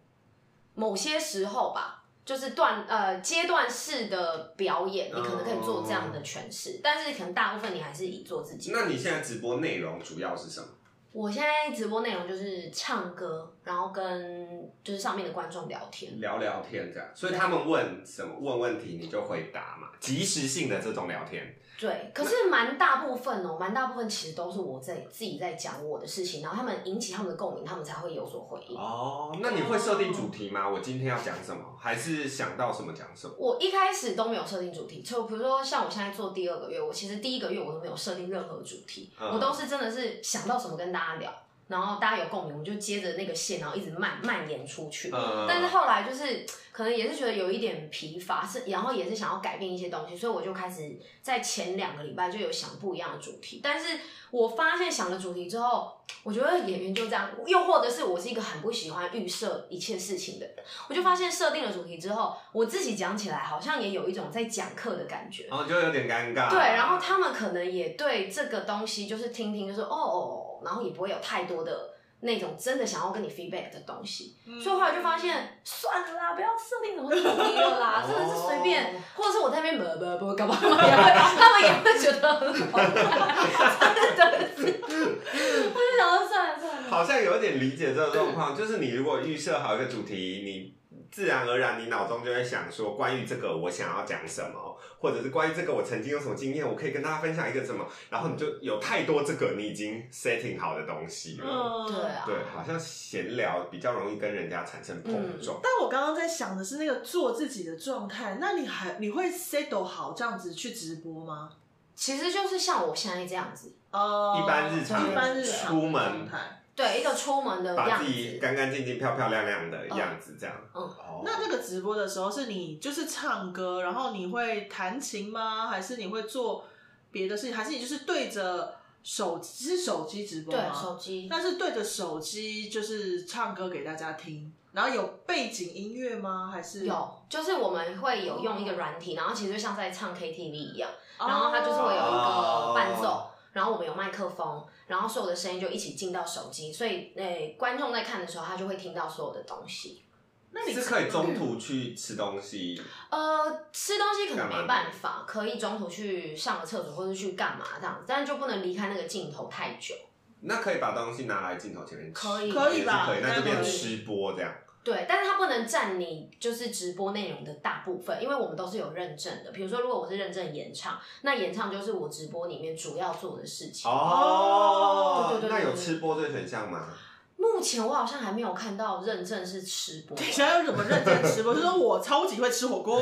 C: 某些时候吧，就是段呃阶段式的表演，你可能可以做这样的诠释，但是可能大部分你还是以做自己。
A: 哦那你现在直播内容主要是什么？
C: 我现在直播内容就是唱歌，然后跟就是上面的观众聊天。
A: 聊聊天这样，所以他们问什么问问题你就回答嘛，即时性的这种聊天。
C: 对，可是蛮大部分哦，蛮大部分其实都是我在自己在讲我的事情，然后他们引起他们的共鸣，他们才会有所回应。
A: 哦，那
C: 嗯
A: 你会设定主题吗？我今天要讲什么？还是想到什么讲什么？
C: 我一开始都没有设定主题，就比如说像我现在做第二个月，我其实第一个月我都没有设定任何主题，
A: 嗯
C: 我都是真的是想到什么跟大家聊，然后大家有共鸣，我就接着那个线，然后一直蔓蔓延出去。
A: 呃，
C: 但是后来就是可能也是觉得有一点疲乏，是然后也是想要改变一些东西，所以我就开始在前两个礼拜就有想不一样的主题。但是我发现想了主题之后，我觉得演员就这样，又或者是我是一个很不喜欢预设一切事情的人，我就发现设定了主题之后，我自己讲起来好像也有一种在讲课的感觉。
A: 然后哦就有点尴尬。，
C: 对，然后他们可能也对这个东西就是听听，就是哦哦，哦然后也不会有太多的那种真的想要跟你 feedback 的东西。所以后来就发现，算了啦，不要设定什么主题了啦真的是随便
A: 哦，
C: 或者是我在那边啵啵啵干嘛，他们也会， [LAUGHS] 他们也会觉得很好看，真的是，我就想说算了算了，
A: [LAUGHS] 好像有点理解这个状况，就是你如果预设好一个主题，你。自然而然，你脑中就会想说，关于这个我想要讲什么，或者是关于这个我曾经有什么经验，我可以跟大家分享一个什么，然后你就有太多这个你已经 setting 好的东西了。
B: 嗯，
C: 对啊，
A: 对，好像闲聊比较容易跟人家产生碰撞。
B: 但我刚刚在想的是那个做自己的状态，那你还你会 settle 好这样子去直播吗？
C: 其实就是像我现在这样子，
B: 哦，
A: 一般日常
B: 一般日常
A: 出门
B: 状态
C: 对一个出门的
A: 把
C: 样
A: 自己
C: 子，
A: 干干净净、漂漂亮亮的样子，这样。
C: 嗯
A: 哦
B: 那这个直播的时候，是你就是唱歌，然后你会弹琴吗？还是你会做别的事情？还是你就是对着手机是手机直播
C: 对
B: 吗？
C: 手机，
B: 但是对着手机就是唱歌给大家听，然后有背景音乐吗？还是哦，
C: 有，就是我们会有用一个软体，然后其实就像在唱 KTV 一样。然后它就是会有一个伴奏，然后我们有麦克风，然后所有的声音就一起进到手机，所以诶、观众在看的时候，他就会听到所有的东西。
B: 那你
A: 是可以中途去吃东西，
C: 呃，吃东西可能没办法，可以中途去上个厕所或者去干嘛这样子，但是就不能离开那个镜头太久。
A: 那可以把东西拿来镜头前面吃，
C: 可以
B: 可以吧
A: 也是可以，那就
B: 那
A: 变
B: 可以
A: 吃播这样。
C: 对，但是它不能占你就是直播内容的大部分，因为我们都是有认证的。比如说，如果我是认证演唱，那演唱就是我直播里面主要做的事情。
A: 哦，
C: 对对对对
A: 那有
C: 对
A: 吃播这个选项吗？
C: 目前我好像还没有看到认证是吃播。
B: 等一下要怎么认真吃 [LAUGHS] 播？就说我超级会吃火 [LAUGHS] 锅，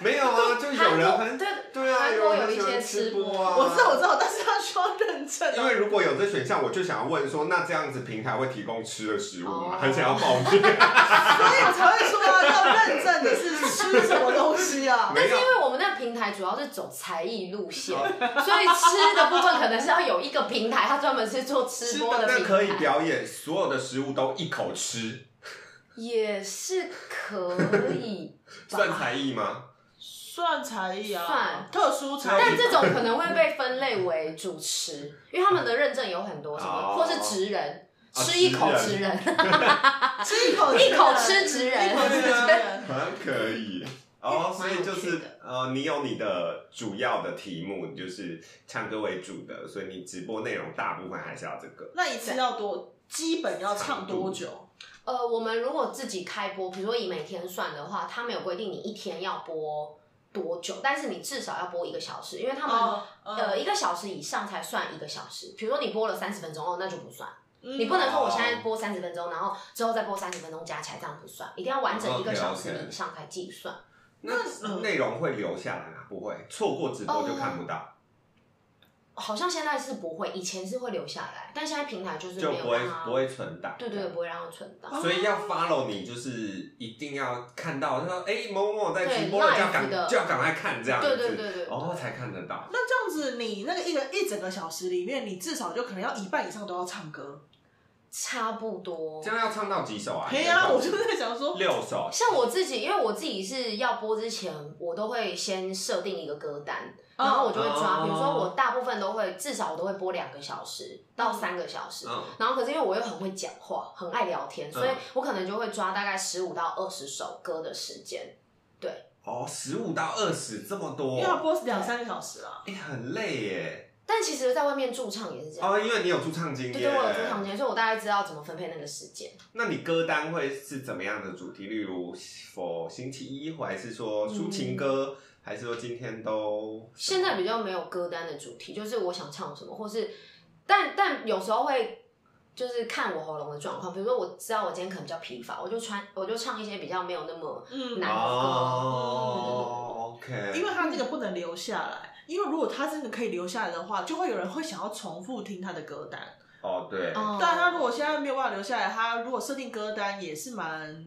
A: 没有啊，就有人
C: 哦韩国
A: 很
C: 对
A: 对啊，
C: 韩国
A: 人
C: 有一
A: 喜欢
C: 些
A: 吃
C: 吃播
A: 播啊，
B: 我知道我知道，但是他需要认证
A: 因
B: 啊。
A: 为如果有这选项，我就想要问说，那这样子平台会提供吃的食物吗？
C: 哦
A: 很想要报
C: [LAUGHS]
A: 名，
B: 所以我才会说啊，要认证你是吃什么东西 [LAUGHS] 啊。
A: 没
C: 但是
A: 有
C: 因。为我们那个平台主要是走才艺路线，所以吃的部分可能是要有一个平台，它专门是做吃播的
A: 那
C: 平
A: 可以
C: 台，
A: 表演所有的食物都一口吃，
C: 也是可
A: [LAUGHS]
C: 以
A: 算
C: 吧。
A: 才艺吗？
B: 算才艺啊，
C: 算
B: 特殊才艺。
C: 但这种可能会被分类为主持，因为他们的认证有很多什么，
A: 哦
C: 或是职人，
A: 啊
C: 吃一口
A: 职
C: 职人，
B: 吃一口
C: 一口吃直人
B: 一口吃直人。
A: 好像可
C: [LAUGHS]
A: 以哦，所以就
C: 蛮有
A: 是
C: 趣的
A: 呃，你有你的主要的题目，就是唱歌为主的，所以你直播内容大部分还是要这个。
B: 那一次要多，基本要唱多久？
C: 呃，我们如果自己开播，比如说以每天算的话，他们有规定你一天要播多久，但是你至少要播一个小时，因为他们、
B: 哦
C: 呃
A: 嗯
C: 一个小时以上才算一个小时。比如说你播了三十分钟哦，那就不算。
B: 嗯
A: 嗯
C: 你不能说我现在播三十分钟，然后之后再播三十分钟加起来，这样不算，一定要完整一个小时以上才计算。
A: 那
C: 呃
B: 嗯
A: 内容会留下来吗？不会，错过直播就看不到，
C: 哦好像现在是不会，以前是会留下来，但现在平台就是
A: 就
C: 哦没
A: 不
C: 有
A: 会
C: 让它，
A: 不会哦存档。
C: 对对，不会让它存档。
A: 所以要 follow 你，就是一定要看到，他说哎、某某某在直播
C: 对
A: 了，就要
C: live
A: 赶
C: 的
A: 就要赶快看这样子，
C: 对对对对
A: 哦才看得到。
B: 那这样子，你那个一个一整个小时里面，你至少就可能要一半以上都要唱歌。
C: 差不多
A: 这。样要唱到几首啊？
B: 嘿呀、我就在想说，
A: 六首，
C: 像我自己，因为我自己是要播之前，我都会先设定一个歌单，然后我就会抓。
A: 哦
C: 比如说，我大部分都会至少我都会播两个小时到三个小时。
A: 嗯，
C: 然后，可是因为我又很会讲话，很爱聊天，所以
A: 嗯
C: 我可能就会抓大概十五到二十首歌的时间。
A: 哦，十五到二十这么
B: 因
A: 多，
B: 为要播两三个小时啦。
A: 哎、很累耶。
C: 但其实，在外面驻唱也是这样。
A: 哦，因为你有驻唱经验，
C: 对对，我有驻唱间，所以我大概知道怎么分配那个时间。
A: 那你歌单会是怎么样的主题？例如否星期一，或还是说抒情歌，还是说今天都
C: 嗯现在比较没有歌单的主题，就是我想唱什么，或是但但有时候会就是看我喉咙的状况，比如说我知道我今天可能比较疲乏，我就穿我就唱一些比较没有那么
B: 嗯，
C: 难
A: 哦
B: 因
A: ，OK，
B: 为他这个不能留下来，因为如果他真的可以留下来的话，就会有人会想要重复听他的歌单。
A: 哦对，
C: 哦
B: 但他如果现在没有办法留下来，他如果设定歌单也是蛮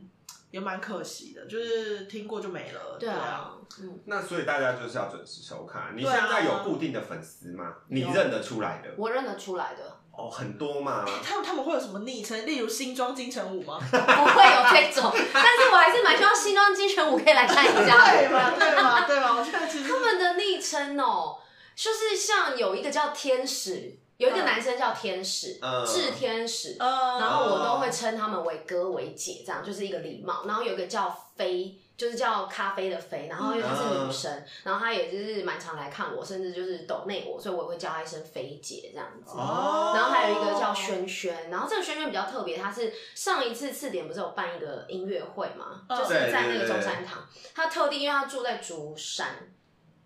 B: 也蛮可惜的，就是听过就没了。
C: 对
B: 啊。
C: 啊，嗯，
A: 那所以大家就是要准时收看。你
B: 对
A: 现
B: 啊
A: 在有固定的粉丝吗？你认得出来的
C: 我认得出来的，
A: 哦，很多
C: [LAUGHS]
A: 嘛。
B: 他们他们会有什么昵称？例如新装金城武吗？
C: 不会有这种， [LAUGHS] 但是我还是蛮希望新装金城武可以来看一下。
B: 对吧？对吧？对吧？我觉得其实
C: [LAUGHS] 他们的昵称哦，就是像有一个叫天使，有一个
B: 嗯
C: 男生叫天使，
A: 嗯
C: 炽、天使，
B: 呃，
C: 然后我都会称他们为哥为姐，这样就是一个礼貌。然后有一个叫飞，就是叫咖啡的飞，然后因为她是女生，然后她也就是蛮常来看我，甚至就是抖内我，所以我也会叫她一声飞姐这样子。
A: 哦
C: 然后还有一个叫轩轩，然后这个轩轩比较特别，他是上一次次点不是有办一个音乐会嘛，
B: 嗯
C: 就是在那个中山堂，他特地因为他住在竹山，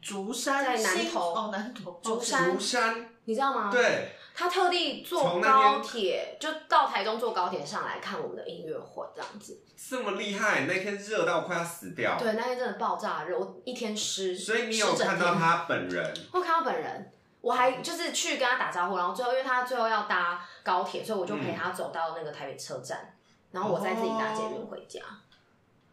B: 竹山
C: 在南
B: 新
C: 投
B: 哦，南投
C: 竹
B: 哦
C: 山
A: 竹山，
C: 你知道吗？，
A: 对，
C: 他特地坐
A: 从那边
C: 高铁就到台中坐高铁上来看我们的音乐会这样子。
A: 这么厉害，那天热到快要死掉。
C: 对，那天真的爆炸热，我一天湿，
A: 哦所以你有
C: 湿整
A: 看到
C: 天？
A: 他本人，
C: 我看到本人，我还就是去跟他打招呼，然后最后因为他最后要搭高铁，所以我就陪他走到那个台北车站，然后我再自己搭捷运回家。
A: 嗯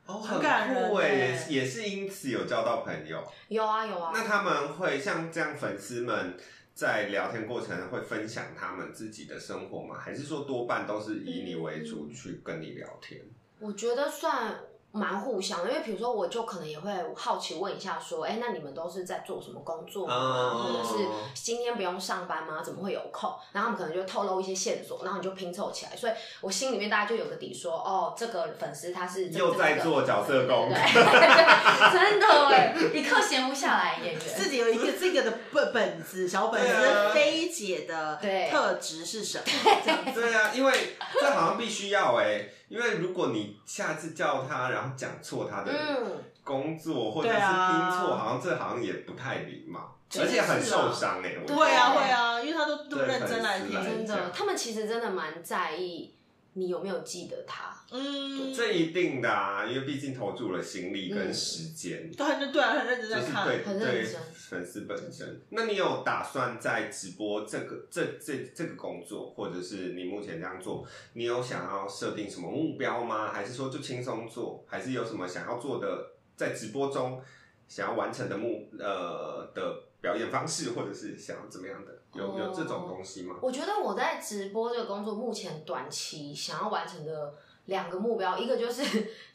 A: 哦，
B: 很感人
A: 酷欸
B: 欸
A: 也也是因此有交到朋友。
C: 有啊有啊，
A: 那他们会像这样，粉丝们在聊天过程会分享他们自己的生活吗？还是说多半都是以你为主去跟你聊天？
C: 我觉得算蛮互相的，因为比如说我就可能也会好奇问一下说，哎、那你们都是在做什么工作啊？
A: 哦
C: 或者
B: 嗯
C: 是今天不用上班吗？怎么会有空？然后他们可能就透露一些线索，然后你就拼凑起来，所以我心里面大家就有个底说，哦，这个粉丝他是这个
A: 又在做角色功
C: 对
A: 课，
C: 对，真的哎，一刻闲不下来，演员。
B: 自己有一个自己个的本本子小本
A: 对啊
B: 子，菲姐的
C: 对
B: 特质是什么？这样子
A: 对啊，因为这好像必须要哎、因为如果你下次叫他，然后讲错他的
C: 嗯，
A: 工作、或者是
B: 对
A: 拼
B: 啊
A: 错，好像这好像也不太礼貌，
B: 其实
A: 而且很
B: 是啊
A: 受伤哎、我觉得
B: 对啊，会啊，因为他都都
A: 对
B: 认真来
A: 粉丝
B: 听，
A: 来
C: [LAUGHS] 真
A: 讲
C: [LAUGHS] 的，他们其实真的蛮在意你有没有记得他，
B: 嗯，
A: 这一定的啊，因为毕竟投注了心力跟时间。
B: 都很对啊，很认真
A: 就
B: 在
A: 是
B: 看。
A: 对
C: 很认
A: 对
C: 真
A: 粉丝本身，那你有打算在直播这个这这这个工作，或者是你目前这样做，你有想要设定什么目标吗？还是说就轻松做？还是有什么想要做的，在直播中想要完成的目呃的表演方式，或者是想要怎么样的？有有这
C: 哦
A: 种东西吗？
C: 我觉得我在直播这个工作，目前短期想要完成的两个目标，一个就是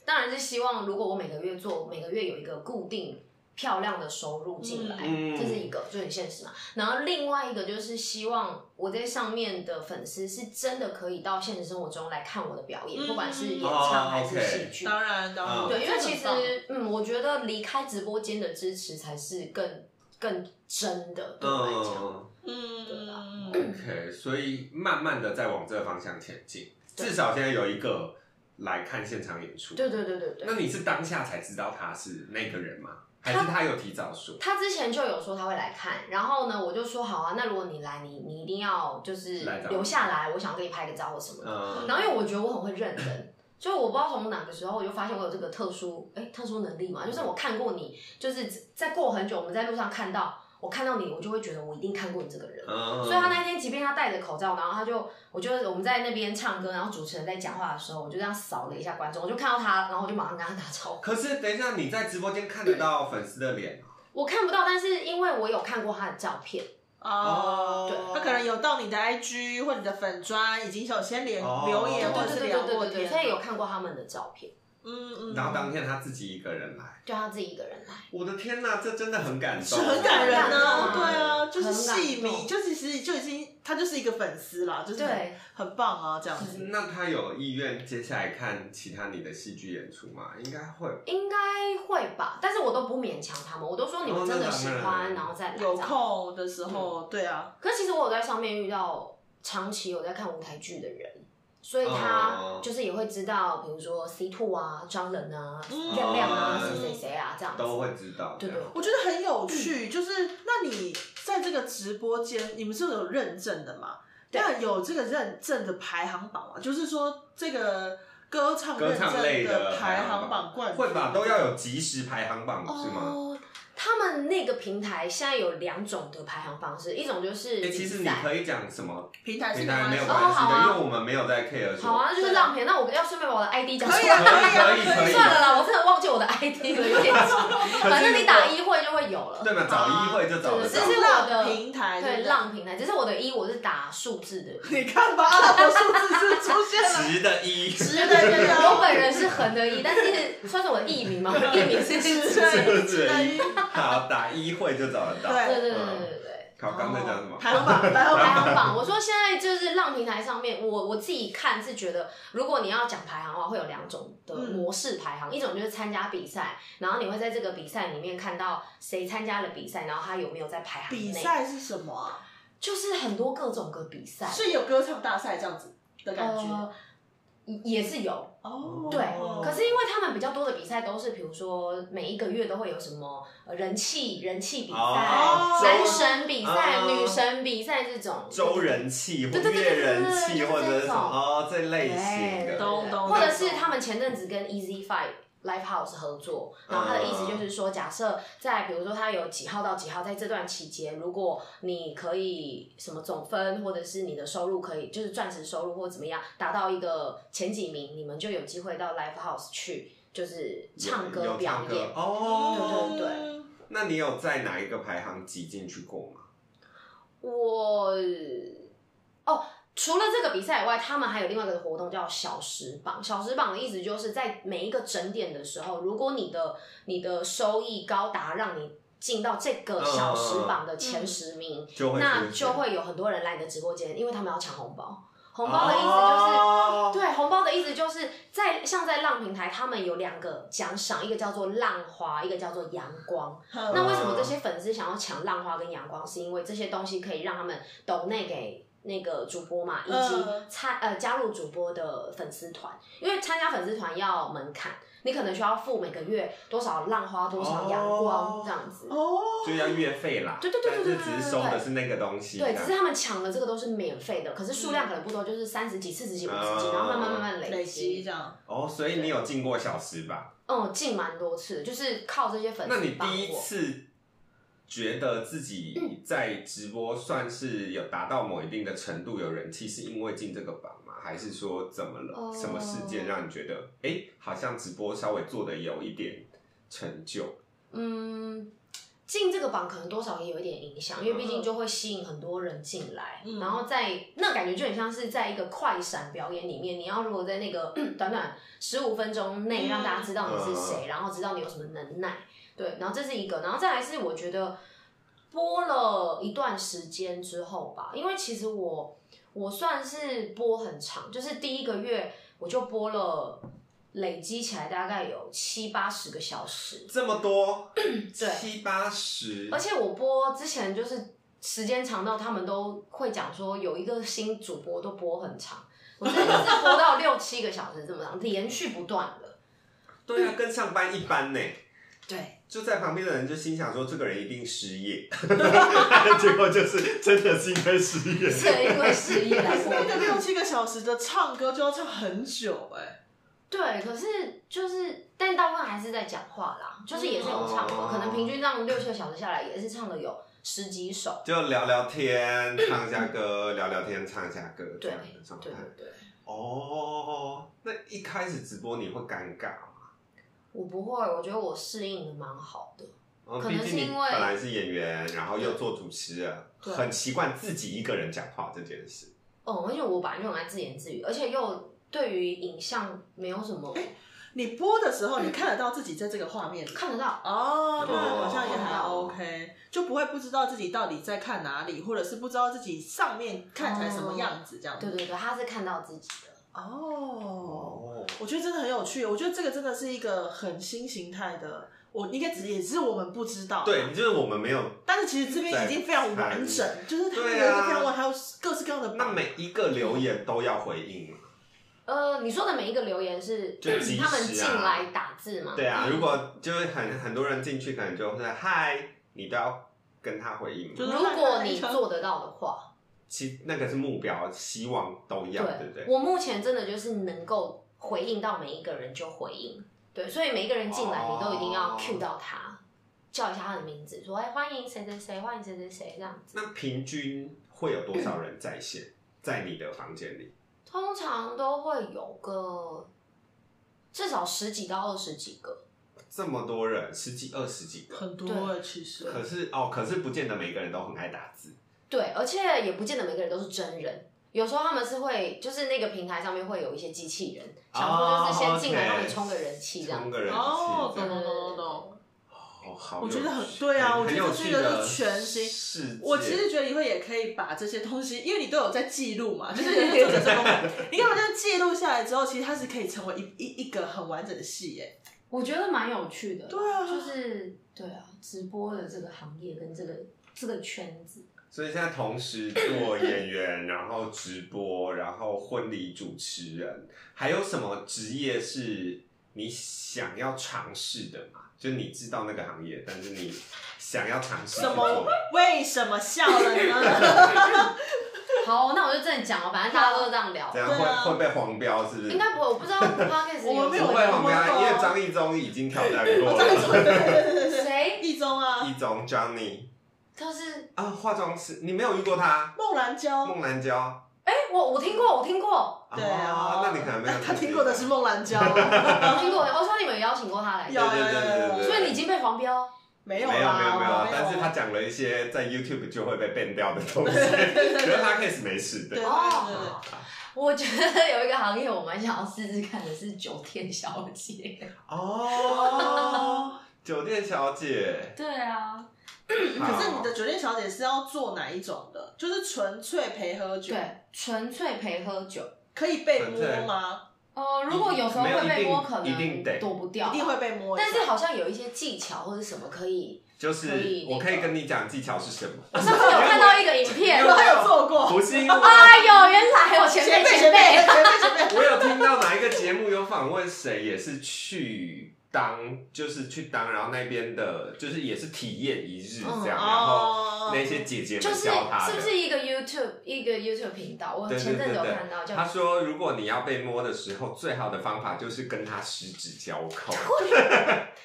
C: 当然是希望，如果我每个月做，每个月有一个固定漂亮的收入进来，
A: 嗯
C: 这是一个就很现实嘛。然后另外一个就是希望我在上面的粉丝是真的可以到现实生活中来看我的表演，
B: 嗯
C: 不管是演
A: 哦
C: 唱还是戏剧。
B: 当然，当然，
A: 嗯
C: 对，因为其
B: 这很棒
C: 实，嗯，我觉得离开直播间的支持才是更更真的，对我来讲。
A: 嗯
C: 对啊
B: 嗯，
A: ，OK，所以慢慢的在往这个方向前进，
C: 对
A: 至少现在有一个来看现场演出。
C: 对对对对对。
A: 那你是当下才知道他是那个人吗？还是他有提早说？
C: 他之前就有说他会来看，然后呢，我就说好啊，那如果你来，你你一定要就是
A: 来找我
C: 留下来，我想跟你拍个照或什么的。
A: 嗯
C: 然后因为我觉得我很会认真，就我不知道从哪个时候我就发现我有这个特殊哎、特殊能力
A: 嗯
C: 嘛，就是我看过你，就是在过很久我们在路上看到，我看到你，我就会觉得我一定看过你这个人。
A: 嗯
C: 所以他那天，即便他戴着口罩，然后他就，我就我们在那边唱歌，然后主持人在讲话的时候，我就这样扫了一下观众，我就看到他，然后我就马上跟他打招呼。
A: 可是等一下，你在直播间看得到粉丝的脸吗
C: 我看不到，但是因为我有看过他的照片，
B: 哦，
C: 对
B: 他可能有到你的 IG 或你的粉砖，已经有先连
A: 哦
B: 留言或
C: 对
B: 者是
C: 对对
B: 聊
C: 对
B: 过
C: 对对，
B: 天，
C: 所以有，看过他们的照片，
B: 嗯嗯，
A: 然后当天他自己一个人来，
C: 就他自己一个人来。
A: 我的天哪，这真的很感
B: 是
A: 动，嗯
B: 很感人啊，
C: 很感动
B: 对啊，就是戏
C: 很感
B: 迷，
C: 动
B: 就其实就已经他就是一个粉丝啦，就是很
C: 对嗯
B: 很棒啊，这样子，
A: 那他有意愿接下来看其他你的戏剧演出吗？应该会。
C: 应该会吧，但是我都不勉强他们，我都说你们真的喜
A: 哦那当然
C: 欢，然后再来。
B: 有。空的时候，对啊，
C: 可是其实我有在上面遇到长期有在看舞台剧的人，所以他
A: 哦
C: 就是也会知道，比如说 C two 啊、张仁啊、
B: 嗯
C: 亮亮啊、
A: 哦
C: 谁谁谁啊这样子。
A: 都会知道，
C: 对
A: 这样
B: 我觉得很有趣，
C: 嗯
B: 就是那你在这个直播间，你们是有认证的嘛？
C: 对
B: 那有这个认证的排行榜嘛？就是说这个歌唱
A: 歌
B: 认
A: 唱类
B: 证
A: 的
B: 排行榜冠军
A: 会吧，都要有即时排行榜是吗？
C: 哦，他们那个平台现在有两种的排行方式，一种就是
A: 哎，
C: 比
A: 其实你
C: 赛
A: 可以讲什么
B: 平台啊是
A: 平台没有
C: 哦
A: 关系
C: 好
A: 的，
C: 啊
A: 因为我们没有在 care 说
C: 好啊，就是浪片。那我要顺便把我的 ID 讲出
B: 可以啊
C: 来。
A: 可以可以可以
C: 算了啦，我真的忘记我的 ID 了，有点
B: [LAUGHS]
C: 急。反正你打一会就会有了。
A: 对嘛，找一会就找得到
C: 对对这。啊是我的
B: 哦浪平台，
C: 对
B: 不
C: 浪平台，只是我的一我是打数字的。
B: [LAUGHS] 你看吧，阿拉伯数字是出现
A: [LAUGHS]
B: 了。
A: 直的一，
C: 直的对对，我本人是横的一，但是算是我的艺
B: [LAUGHS]
C: 名嘛，我的艺名是直
B: 对
C: 的。
A: 直的一，好打一会就找得到。
B: 对嗯
C: 对对对哦对对。
A: 好，刚才讲什么？
B: 排行榜，排行
C: [LAUGHS] 排
B: 榜，
C: 行榜，我说现在就是浪平台上面，我我自己看是觉得，如果你要讲排行的话，会有两种的模式排
B: 嗯
C: 行，一种就是参加比赛，然后你会在这个比赛里面看到谁参加了比赛，然后他有没有在排行内。
B: 比赛是什么啊？
C: 就是很多各种个比赛，
B: 是有歌唱大赛这样子的感觉
C: 呃也也是有，
B: 哦。
C: 对
A: 哦。
C: 可是因为他们比较多的比赛都是，比如说每一个月都会有什么呃人气人气比赛、
A: 哦
C: 男神比赛、
A: 哦
C: 女神比赛这种
A: 周。人气或
C: 对对对
A: 月
C: 对对对
A: 人气，
C: 就是
A: 或者是
C: 这
A: 什
C: 种
A: 么哦这
C: 对
A: 类型
C: 对
A: 的，
B: 懂
C: 对
B: 懂
C: 或者
B: 懂
C: 是他们前阵子跟 Easy Five Live House 合作，然后他的意思就是说，假设在比如说他有几号到几号，在这段期间，如果你可以什么总分，或者是你的收入可以就是钻石收入或怎么样，达到一个前几名，你们就有机会到 Live House 去，就是唱
A: 有
C: 歌
A: 有
C: 表
A: 唱歌
C: 演。
A: 哦。
C: 对对对
B: 嗯
A: 那你有在哪一个排行挤进去过吗？
C: 我哦，除了这个比赛以外，他们还有另外一个活动叫小时榜。小时榜的意思就是在每一个整点的时候，如果你的你的收益高达让你进到这个小时榜的前十名，
A: 就会
C: 那
A: 出现哦
C: 就会有很多人来你的直播间，因为他们要抢红包。红包的意思就是。
A: 哦
C: 对，红包的意思就是在像在浪平台，他们有两个奖赏，一个叫做浪花，一个叫做阳光。
B: 嗯
C: 那为什么这些粉丝想要抢浪花跟阳光？是因为这些东西可以让他们抖内给那个主播嘛，以及
B: 嗯
C: 参呃加入主播的粉丝团，因为参加粉丝团要门槛，你可能需要付每个月多少浪花，多少阳光、
A: 哦
C: 这样子。
B: 哦，
A: 就要月费啦。
C: 对对对对对对对对
A: 但是只是收的是那个东西。
C: 对，
A: 这样
C: 只是他们抢的这个都是免费的，可是数量可能不多，就是三十几、四十几、五十几，
A: 嗯
C: 然后慢慢慢慢
B: 累积
C: 积
B: 这。样，
A: 哦，所以你有进过小时吧？
C: 嗯，进蛮多次的，就是靠这些粉丝
A: 那你
C: 帮
A: 第一
C: 我
A: 次觉得自己在直播算是有达到某一定的程度，有人气，是因为进这个榜吗？还是说怎么了？
C: 哦
A: 什么事件让你觉得，哎、好像直播稍微做的有一点成就？
C: 嗯，进这个榜可能多少也有一点影响，因为毕竟就会吸引很多人进来，
B: 嗯
C: 然后在那感觉就很像是在一个快闪表演里面，你要如果在那个 [CLEARS THROAT] 短短十五分钟内
B: 嗯
C: 让大家知道你是谁，然后知道你有什么能耐，对，然后这是一个，然后再来是我觉得播了一段时间之后吧，因为其实我我算是播很长，就是第一个月我就播了。累积起来大概有七八十个小时，
A: 这么多，
C: 对
A: 七八十，
C: 而且我播之前就是时间长到他们都会讲说有一个新主播都播很 [LAUGHS] 长，我真的就是播到六七个小时这么长，连续不断的。
A: 对啊，跟上班一般呢、
C: 对，
A: 就在旁边的人就心想说，这个人一定失
C: [LAUGHS]
A: 业，结果就是真的是因为失业。
C: 是因为失业来
B: 可是
C: 播
B: 那。个
C: [LAUGHS]
B: 六七个小时的唱歌就要唱很久哎，
C: 对，可是就是，但大部分还是在讲话啦，就是也是有唱歌，
A: 哦
C: 可能平均这样六七个小时下来，也是唱了有十几首。
A: 就聊聊天，唱一下歌，聊聊天，唱一下歌，这
C: 对
A: 样的状态
C: 对。对对，
A: 哦，那一开始直播你会尴尬吗？
C: 我不会，我觉得我适应的蛮好的。
A: 哦
C: 可能
A: 毕竟你
C: 是因为
A: 本来是演员，然后又做主持人，
C: 对
A: 很习惯自己一个人讲话这件事。
C: 嗯，而且我本来就很爱自言自语，而且又对于影像没有什么
B: 你播的时候你看得到自己在这个画面里。
C: 看得到。
B: 哦，那
A: 哦
B: 好像也还 OK，就不会不知道自己到底在看哪里，或者是不知道自己上面看起来什么样子这样
C: 对
B: 子。
C: 对对，他是看到自己的。
B: 哦，，我觉得真的很有趣，我觉得这个真的是一个很新形态的，我应该只也是我们不知道。
A: 哦对，就是我们没有，
B: 但是其实这边已经非常完整，就是它
A: 对
B: 有一个
A: 啊
B: 非常完，还有各式各样的
A: 那
B: 版本。
A: 每一个留言都要回应嘛？
C: 呃，你说的每一个留言是、
A: 就即时啊
C: 他们进来打字嘛？
A: [LAUGHS] 对啊，如果就是很很多人进去，可能就会嗨，你都要跟他回应嘛。
B: 就是
C: 如果你做得到的话，
A: 其那个是目标，希望都要，对不对？
C: 我目前真的就是能够回应到每一个人就回应，对，所以每一个人进来
A: 哦
C: 你都一定要 cue 到他，叫一下他的名字，说哎欢迎谁谁谁，欢迎谁谁谁这样子。
A: 那平均会有多少人在线，在你的房间里？
C: 通常都会有个至少十几到二十几个，
A: 这么多人，十几、二十几个，
B: 很多欸其实，
A: 可是哦，可是不见得每个人都很爱打字。
C: 对，而且也不见得每个人都是真人。有时候他们是会，就是那个平台上面会有一些机器人，
A: 哦
C: 想说就是先进来
A: OK
C: 让你冲个人气这样
A: 啊冲。个人气
B: 哦
A: 这样
B: 懂了
C: 对
B: 懂了懂。
A: 哦，好有趣，
B: 我觉得很对啊
A: 很
B: 我觉得
A: 很有
B: 这
A: 趣
B: 个
A: 的
B: 是全新
A: 世界
B: 我其实觉得以后也可以把这些东西，因为你都有在记录嘛，就是
A: [LAUGHS]
B: 你做这些东西，你看我这样记录下来之后，其实它是可以成为一一一个很完整的戏耶。
C: 我觉得蛮有趣的，
B: 对啊
C: 就是对啊，直播的这个行业跟这个这个圈子，
A: 所以现在同时做演员，然后直播，然后婚礼主持人，还有什么职业是你想要尝试的吗？就你知道那个行业，但是你想要尝试去
B: 什么
A: 做？
B: 为什么笑了
A: [LAUGHS]
B: 呢？
C: 好，那我就真的讲哦，反正大家都是这样聊
A: 怎，样
B: 对啊
A: 会会被黄标？是不是？
C: 应该不会，我
B: [LAUGHS]
C: 不知道 podcast
B: 我们没有
A: 不会
B: 人
A: 黄标，
B: 黄标
A: 因为张艺中已经挑战过
B: [LAUGHS] 张艺中对
A: 了。
B: 对对对对，
C: [LAUGHS] 谁，
B: 一中啊，
A: 一中 Johnny
C: 他是
A: 啊，化妆师，你没有遇过他？
B: 孟兰娇，
A: 孟兰娇。
C: 哎，我我听过，我听过，
B: 对啊
A: 哦，那你可能没有。
B: [LAUGHS] 他听过的是孟兰
A: [LAUGHS]
B: 娇，
C: 我听过，我说你们有邀请过他来
B: 有，有有有
A: 对
B: 有
A: 对
C: 所以你已经被黄标，
B: 没
A: 没
B: 有
A: 有
B: 啦
A: 没有没有
B: 没有，
A: 但是他讲了一些在 YouTube 就会被 ban 掉的东西，可是他 case 没事
B: 对对对对。
A: 的。
C: 哦，我觉得有一个行业我蛮想要试试看的是酒店小姐。
A: 哦，酒店小姐，
C: 对啊，
B: 可是你的酒店小姐是要做哪一种的？就是纯粹陪喝酒，
C: 对，纯粹陪喝酒。
B: 可以被
A: 纯粹
B: 摸吗？
C: 呃，如果有时候
A: 没有
C: 会
A: 一
C: 被
A: 定
C: 摸，可
A: 一定
C: 能
A: 得
C: 躲不掉，啊
B: 一定会。被摸一下。
C: 但是好像有一些技巧或者什么可
A: [LAUGHS]
C: 以，
A: 就是
C: 可以那
A: 我可以
C: 个
A: 跟你讲技巧是什么，
C: [LAUGHS] 我上次有看到一个影片
B: 因为，我有做过，
A: 不是因为我
C: [LAUGHS] 哎呦，原来我前
B: 前辈
C: 辈前
B: 前辈
C: 辈，
B: 前辈前辈，
A: 我有听到哪一个节目有访问谁，也是去当，就是去当，然后那边的，就是也是体验一日这样，
C: 嗯
A: 然后
B: 哦
A: 那些姐姐
C: 就
A: 们
C: 是
A: 教他
C: 是
A: 的。
C: 不是一个 YouTube 一个 YouTube 频道？我
A: 对对
C: 前阵
A: 对
C: 子有
A: 对
C: 看到，，叫
A: 他说如果你要被摸的时候，最好的方法就是跟他十指交
C: [LAUGHS]
A: 扣，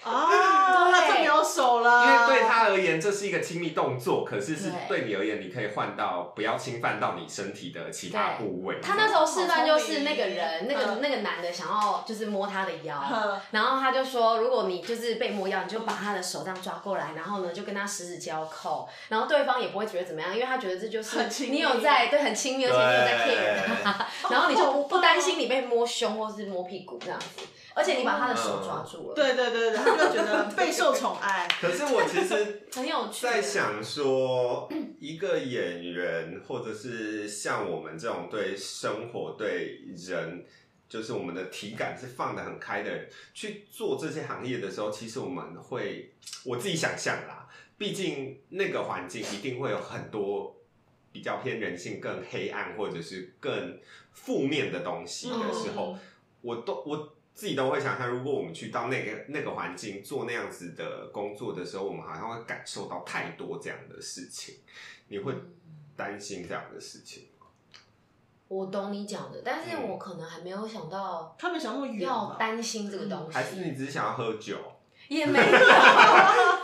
B: 啊，他这没有手
A: 因
B: 了，
A: 为对他而言这是一个亲密动作，可是是
C: 啊对
A: 对你而言，你可以换到不要侵犯到你身体的其他
C: 对
A: 部位。
C: 他那时候示范就是那个
B: 好聪
C: 人，那
B: 明
C: 个
B: 嗯
C: 那个男的想要就是摸他的腰，
B: 哼
C: 然后他就说，如果你就是被摸腰，你就把他的手这样抓过来，然后呢就跟他十指交扣，然后对方也不会觉得怎么样，因为他觉得这就是
B: 很亲密
C: 你有在对很亲密，而且你有在 care 他，然后你就不不担心你被摸胸或是摸屁股这样子，而且你把他的手抓住了，，
B: [LAUGHS] 对对对对，他就觉得备受宠爱， [LAUGHS]
A: 可是我其实
C: 很有趣。
A: 在想说，一个演员或者是像我们这种对生活、对人，就是我们的体感是放得很开的人，去做这些行业的时候，其实我们会，我自己想象啦，毕竟那个环境一定会有很多比较偏人性、更黑暗或者是更负面的东西的时候，
C: 嗯
A: 我都我自己都会想象，如果我们去到那个那个环境做那样子的工作的时候，我们好像会感受到太多这样的事情，你会担心这样的事情。
C: 我懂你讲的，但是
A: 嗯
C: 我可能还没有想到
B: 他没想那么远
C: 要
B: 吧，
C: 担心这个
B: 嗯
C: 东西，
A: 还是你只是想要喝酒，
C: 也没有，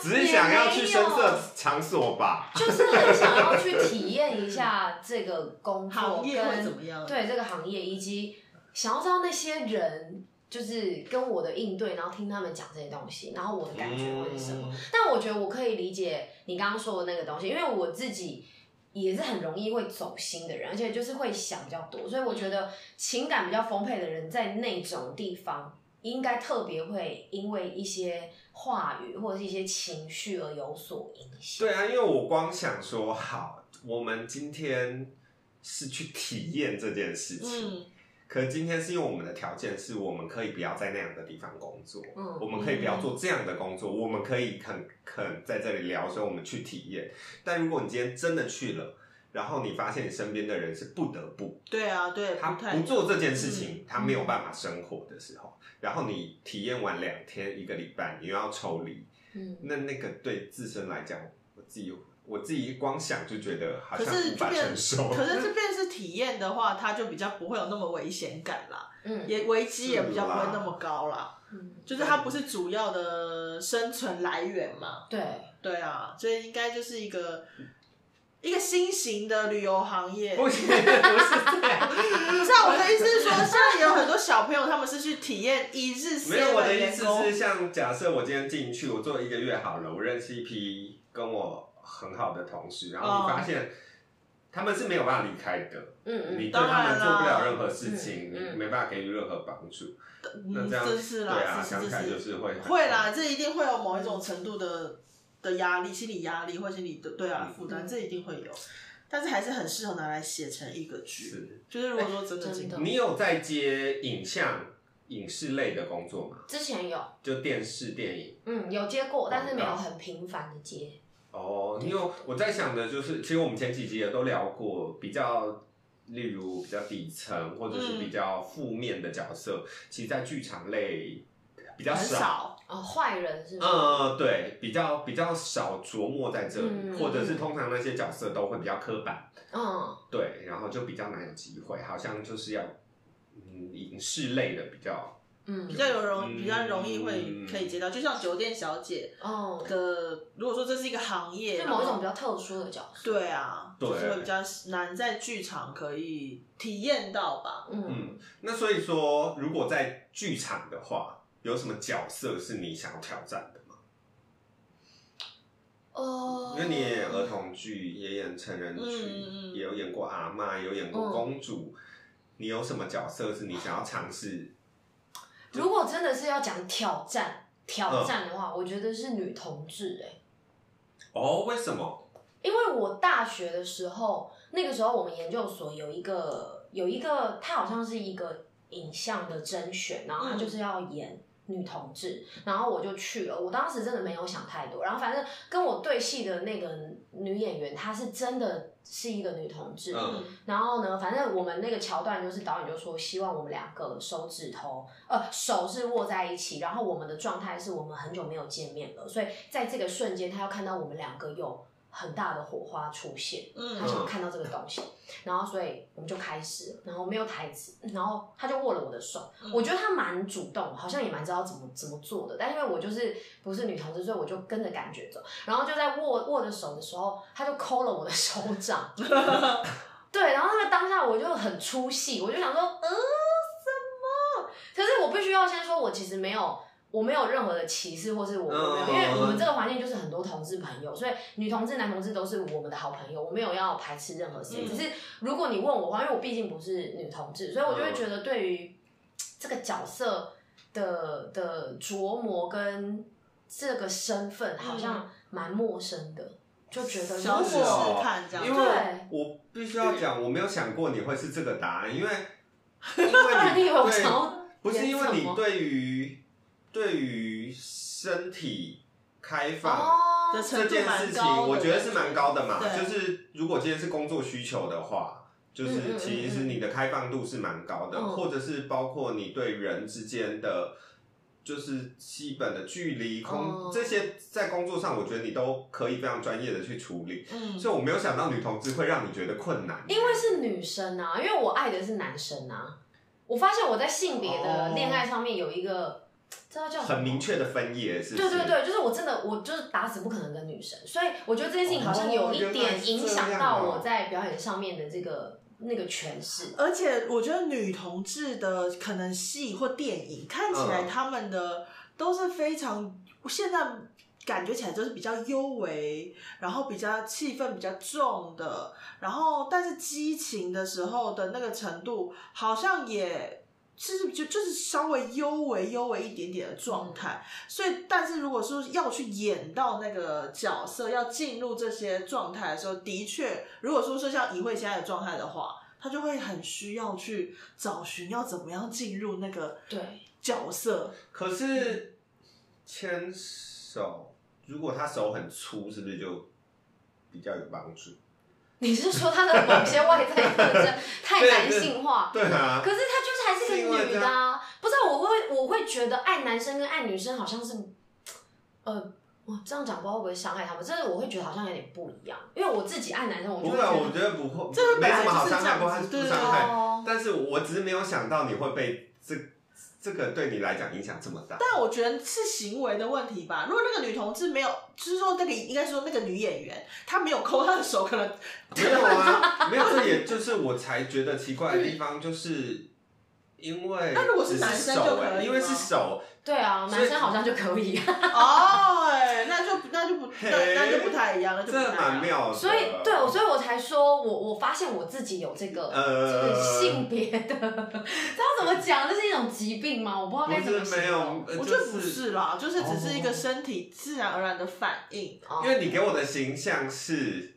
A: 只是想要去深色场所吧？
C: 就是很想要去体验一下这个工作
B: 行业会怎
C: 跟
B: 么样？
C: 对这个行业，以及想要知道那些人就是跟我的应对，然后听他们讲这些东西，然后我的感觉会是什么。
A: 嗯？
C: 但我觉得我可以理解你刚刚说的那个东西，因为我自己也是很容易会走心的人，而且就是会想比较多，所以我觉得情感比较丰沛的人在那种地方。应该特别会因为一些话语或者是一些情绪而有所影响。
A: 对啊，因为我光想说，好，我们今天是去体验这件事情，
B: 嗯，
A: 可今天是因为我们的条件是我们可以不要在那样的地方工作，
C: 嗯
A: 我们可以不要做这样的工作，我们可以肯肯在这里聊，所以我们去体验。但如果你今天真的去了，然后你发现你身边的人是不得不，
B: 对啊，对，
A: 他
B: 太嗯
A: 不做这件事情，他没有办法生活的时候，然后你体验完两天一个礼拜，你又要抽离，
C: 嗯，
A: 那那个对自身来讲，我自己我自己光想就觉得好像
B: 可是
A: 无法
B: 这边
A: 承受。 [LAUGHS]
B: 可是这边是体验的话，他就比较不会有那么危险感啦，
C: 嗯
B: 也危机也比较不会
A: 是啦
B: 那么高啦，
C: 嗯，
B: 就是它不是主要的生存来源嘛。
C: 对，
B: 对啊，所以应该就是一个一个新型的旅游行业。
A: 不是不是这样，
B: 你知道我的意思是说，现在有很多小朋友他们是去体验一日
A: 没有我
B: seven
A: 的意
B: 员
A: 思
B: 工
A: 是，像假设我今天进去，我做一个月好了，我认识一批跟我很好的同事，然后
B: 哦
A: 你发现他们是没有办法离开的，
C: 嗯嗯，
A: 你对
B: 当
A: 他
B: 然
A: 们做不
B: 啦
A: 了任何事情，
C: 嗯嗯
A: 你没办法给予任何帮助。那
B: 嗯，
A: 这样
B: 这是啦，
A: 对啊，
B: 是
A: 想
B: 是
A: 起来
B: 是
A: 就是会很
B: 会啦，，这一定会有某一种程度的的压力，心理压力或心理的对啊
A: 嗯
B: 负担，
C: 嗯
B: 这一定会有。但是还是很适合拿来写成一个剧，
A: 是
B: 就是如果说真的
C: 真
B: 经
C: 的
B: 历，
A: 你有在接影像、影视类的工作吗？
C: 之前有，
A: 就电视、电影。
C: 嗯，有接过，但是没有很频繁的接。
A: 哦，因为我在想的就是，其实我们前几集也都聊过，比较例如比较底层或者是比较负面的角色，其实，在剧场类比较
B: 很
A: 少。
B: 少，
C: 哦，坏人是
A: 嗯、
C: 吗？
A: 对，比较比较少琢磨在这里，
C: 嗯
A: 或者是通常那些角色都会比较刻板，
C: 嗯，
A: 对，然后就比较难有机会，好像就是要嗯影视类的比较，
C: 嗯
B: 比较有容
A: 嗯
B: 比较容易会可以接到，就像酒店小姐
C: 哦，
B: 的，如果说这是一个行业，
C: 就
B: 然后
C: 某一种比较特殊的角色。
B: 对啊，
A: 对
B: 就是会比较难在剧场可以体验到吧。
C: 嗯
A: 嗯，那所以说，如果在剧场的话，有什么角色是你想要挑战的？
C: 哦，
A: 因为你也演儿童剧，也演成人剧，
B: 嗯嗯嗯
A: 也有演过阿嬷，也有演过公主。
C: 嗯
A: 你有什么角色是你想要尝试？
C: 如果欸真的是要讲挑战挑战的话，我觉得是女同志哎，
A: 哦，为什么？
C: 因为我大学的时候，那个时候我们研究所有一个有一个，他好像是一个影像的甄选，然后他就是要演女同志，然后我就去了。我当时真的没有想太多，然后反正跟我对戏的那个女演员，她是真的是一个女同志，
A: 嗯，
C: 然后呢，反正我们那个桥段就是导演就说，希望我们两个手指头，呃，手是握在一起，然后我们的状态是我们很久没有见面了，所以在这个瞬间，他要看到我们两个有很大的火花出现，他
B: 嗯
C: 想看到这个东西，然后所以我们就开始了，然后没有台词，然后他就握了我的手，
B: 嗯
C: 我觉得他蛮主动，好像也蛮知道怎么怎么做的，但因为我就是不是女同志，所以我就跟着感觉走，然后就在握握着手的时候，他就抠了我的手掌。
B: [LAUGHS]
C: 对，然后那个当下我就很出戏，我就想说，呃，什么？可是我必须要先说，我其实没有，我没有任何的歧视，或是我我
B: 嗯
C: 没有，因为我们这个环境就是很多同志朋友，所以女同志、男同志都是我们的好朋友，我没有要排斥任何谁。
B: 嗯
C: 只是如果你问我的话，因为我毕竟不是女同志，所以我
A: 嗯
C: 就会觉得对于这个角色的的琢磨跟这个身份好像蛮陌生的，就觉得如
B: 小
A: 是
B: 试
A: 哦
C: 果
B: 试看这样，
A: 因为
C: 对
A: 我必须要讲，我没有想过你会是这个答案，
C: [LAUGHS]
A: 因为因
C: 那你
A: 为你
C: 有
A: 对
C: 想要
A: 不是因为
C: 演什
A: 你
C: 么
A: 对于对于身体开放
C: 哦，
B: 的
A: 这
B: 程度
A: 件
B: 蛮
A: 事情，
B: 高的，
A: 我觉得是蛮高的嘛。
B: 对
A: 就是如果今天是工作需求的话，就
C: 嗯嗯
A: 是
C: 嗯
A: 其实你的开放度是蛮高的，
C: 嗯
A: 或者是包括你对人之间的。就是基本的距离空、
C: 哦
A: 这些，在工作上我觉得你都可以非常专业的去处理，
B: 嗯，
A: 所以我没有想到女同志会让你觉得困难，
C: 因为是女生啊，因为我爱的是男生啊。我发现我在性别的恋爱上面有一个，知道叫什么
A: 哦很明。确的分野，是不
C: 对
A: 是？
C: 对对，就是我真的，我就是打死不可能跟女生，所以我觉得这件事情好像有一
A: 哦原来是
C: 点
A: 这样
C: 影
A: 哦
C: 响到我在表演上面的这个那个诠释。
B: 而且我觉得女同志的可能戏或电影看起来
A: 嗯
B: 他们的都是非常现在感觉起来就是比较幽微，然后比较气氛比较重的，然后但是激情的时候的那个程度好像也。是就就是稍微幽微幽微一点点的状态，所以但是如果说要去演到那个角色，要进入这些状态的时候，的确，如果说是像怡慧现在的状态的话，他就会很需要去找寻要怎么样进入那个
C: 对，
B: 角色。
A: 可是牵手，如果他手很粗，是不是就比较有帮助？
C: [LAUGHS] 你是说她的某些外在
A: [LAUGHS]
C: 特征太男性化？
A: 对啊
C: 可，是她就是还是个女的啊！不知道我会我会觉得爱男生跟爱女生好像是，呃，我这样讲不知道会不会伤害他们，但是我会觉得好像有点不一样，因为我自己爱男生，我就
A: 不
C: 会
A: 会啊，我
C: 觉
A: 觉
C: 得。
A: 得不会，
B: 这个
A: 没
B: 本来
A: 什么好
B: 就是这
A: 伤害，不
B: 样
A: 会
B: 子
A: 不
B: 对
A: 伤害。
C: 哦，
A: 但是我只是没有想到你会被这这个对你来讲影响这么大。
B: 但我觉得是行为的问题吧。如果那个女同志没有，就是说那个应该说那个女演员，她没有抠她的手，可能
A: 没有啊，没有，这也就是我才觉得奇怪的地方，就是因为
B: [LAUGHS] 那如果是男生就
A: 只是手
B: 可以
A: 欸因为是
B: 吗
A: 手，
C: 对啊，
A: 所以啊
C: 男生好像就
A: [LAUGHS]
C: 可以，啊
B: 哦，哎那就那就不那
A: 嘿
B: 那就不太一样，那就
A: 这
B: 不太一
A: 蛮
B: 样。
A: 妙的。
C: 所以对，我所以我才说我我发现我自己有这个。
A: 呃，
C: 就是性别的，这 [LAUGHS] 要怎么讲？这是一种疾病吗？我不知道该怎么
A: 不是没
C: 形容
A: 有。，呃
B: 我觉
A: 就
B: 得不是啦，就是只是一
A: 哦
B: 个身体自然而然的反应。
C: 哦
A: 因为你给我的形象是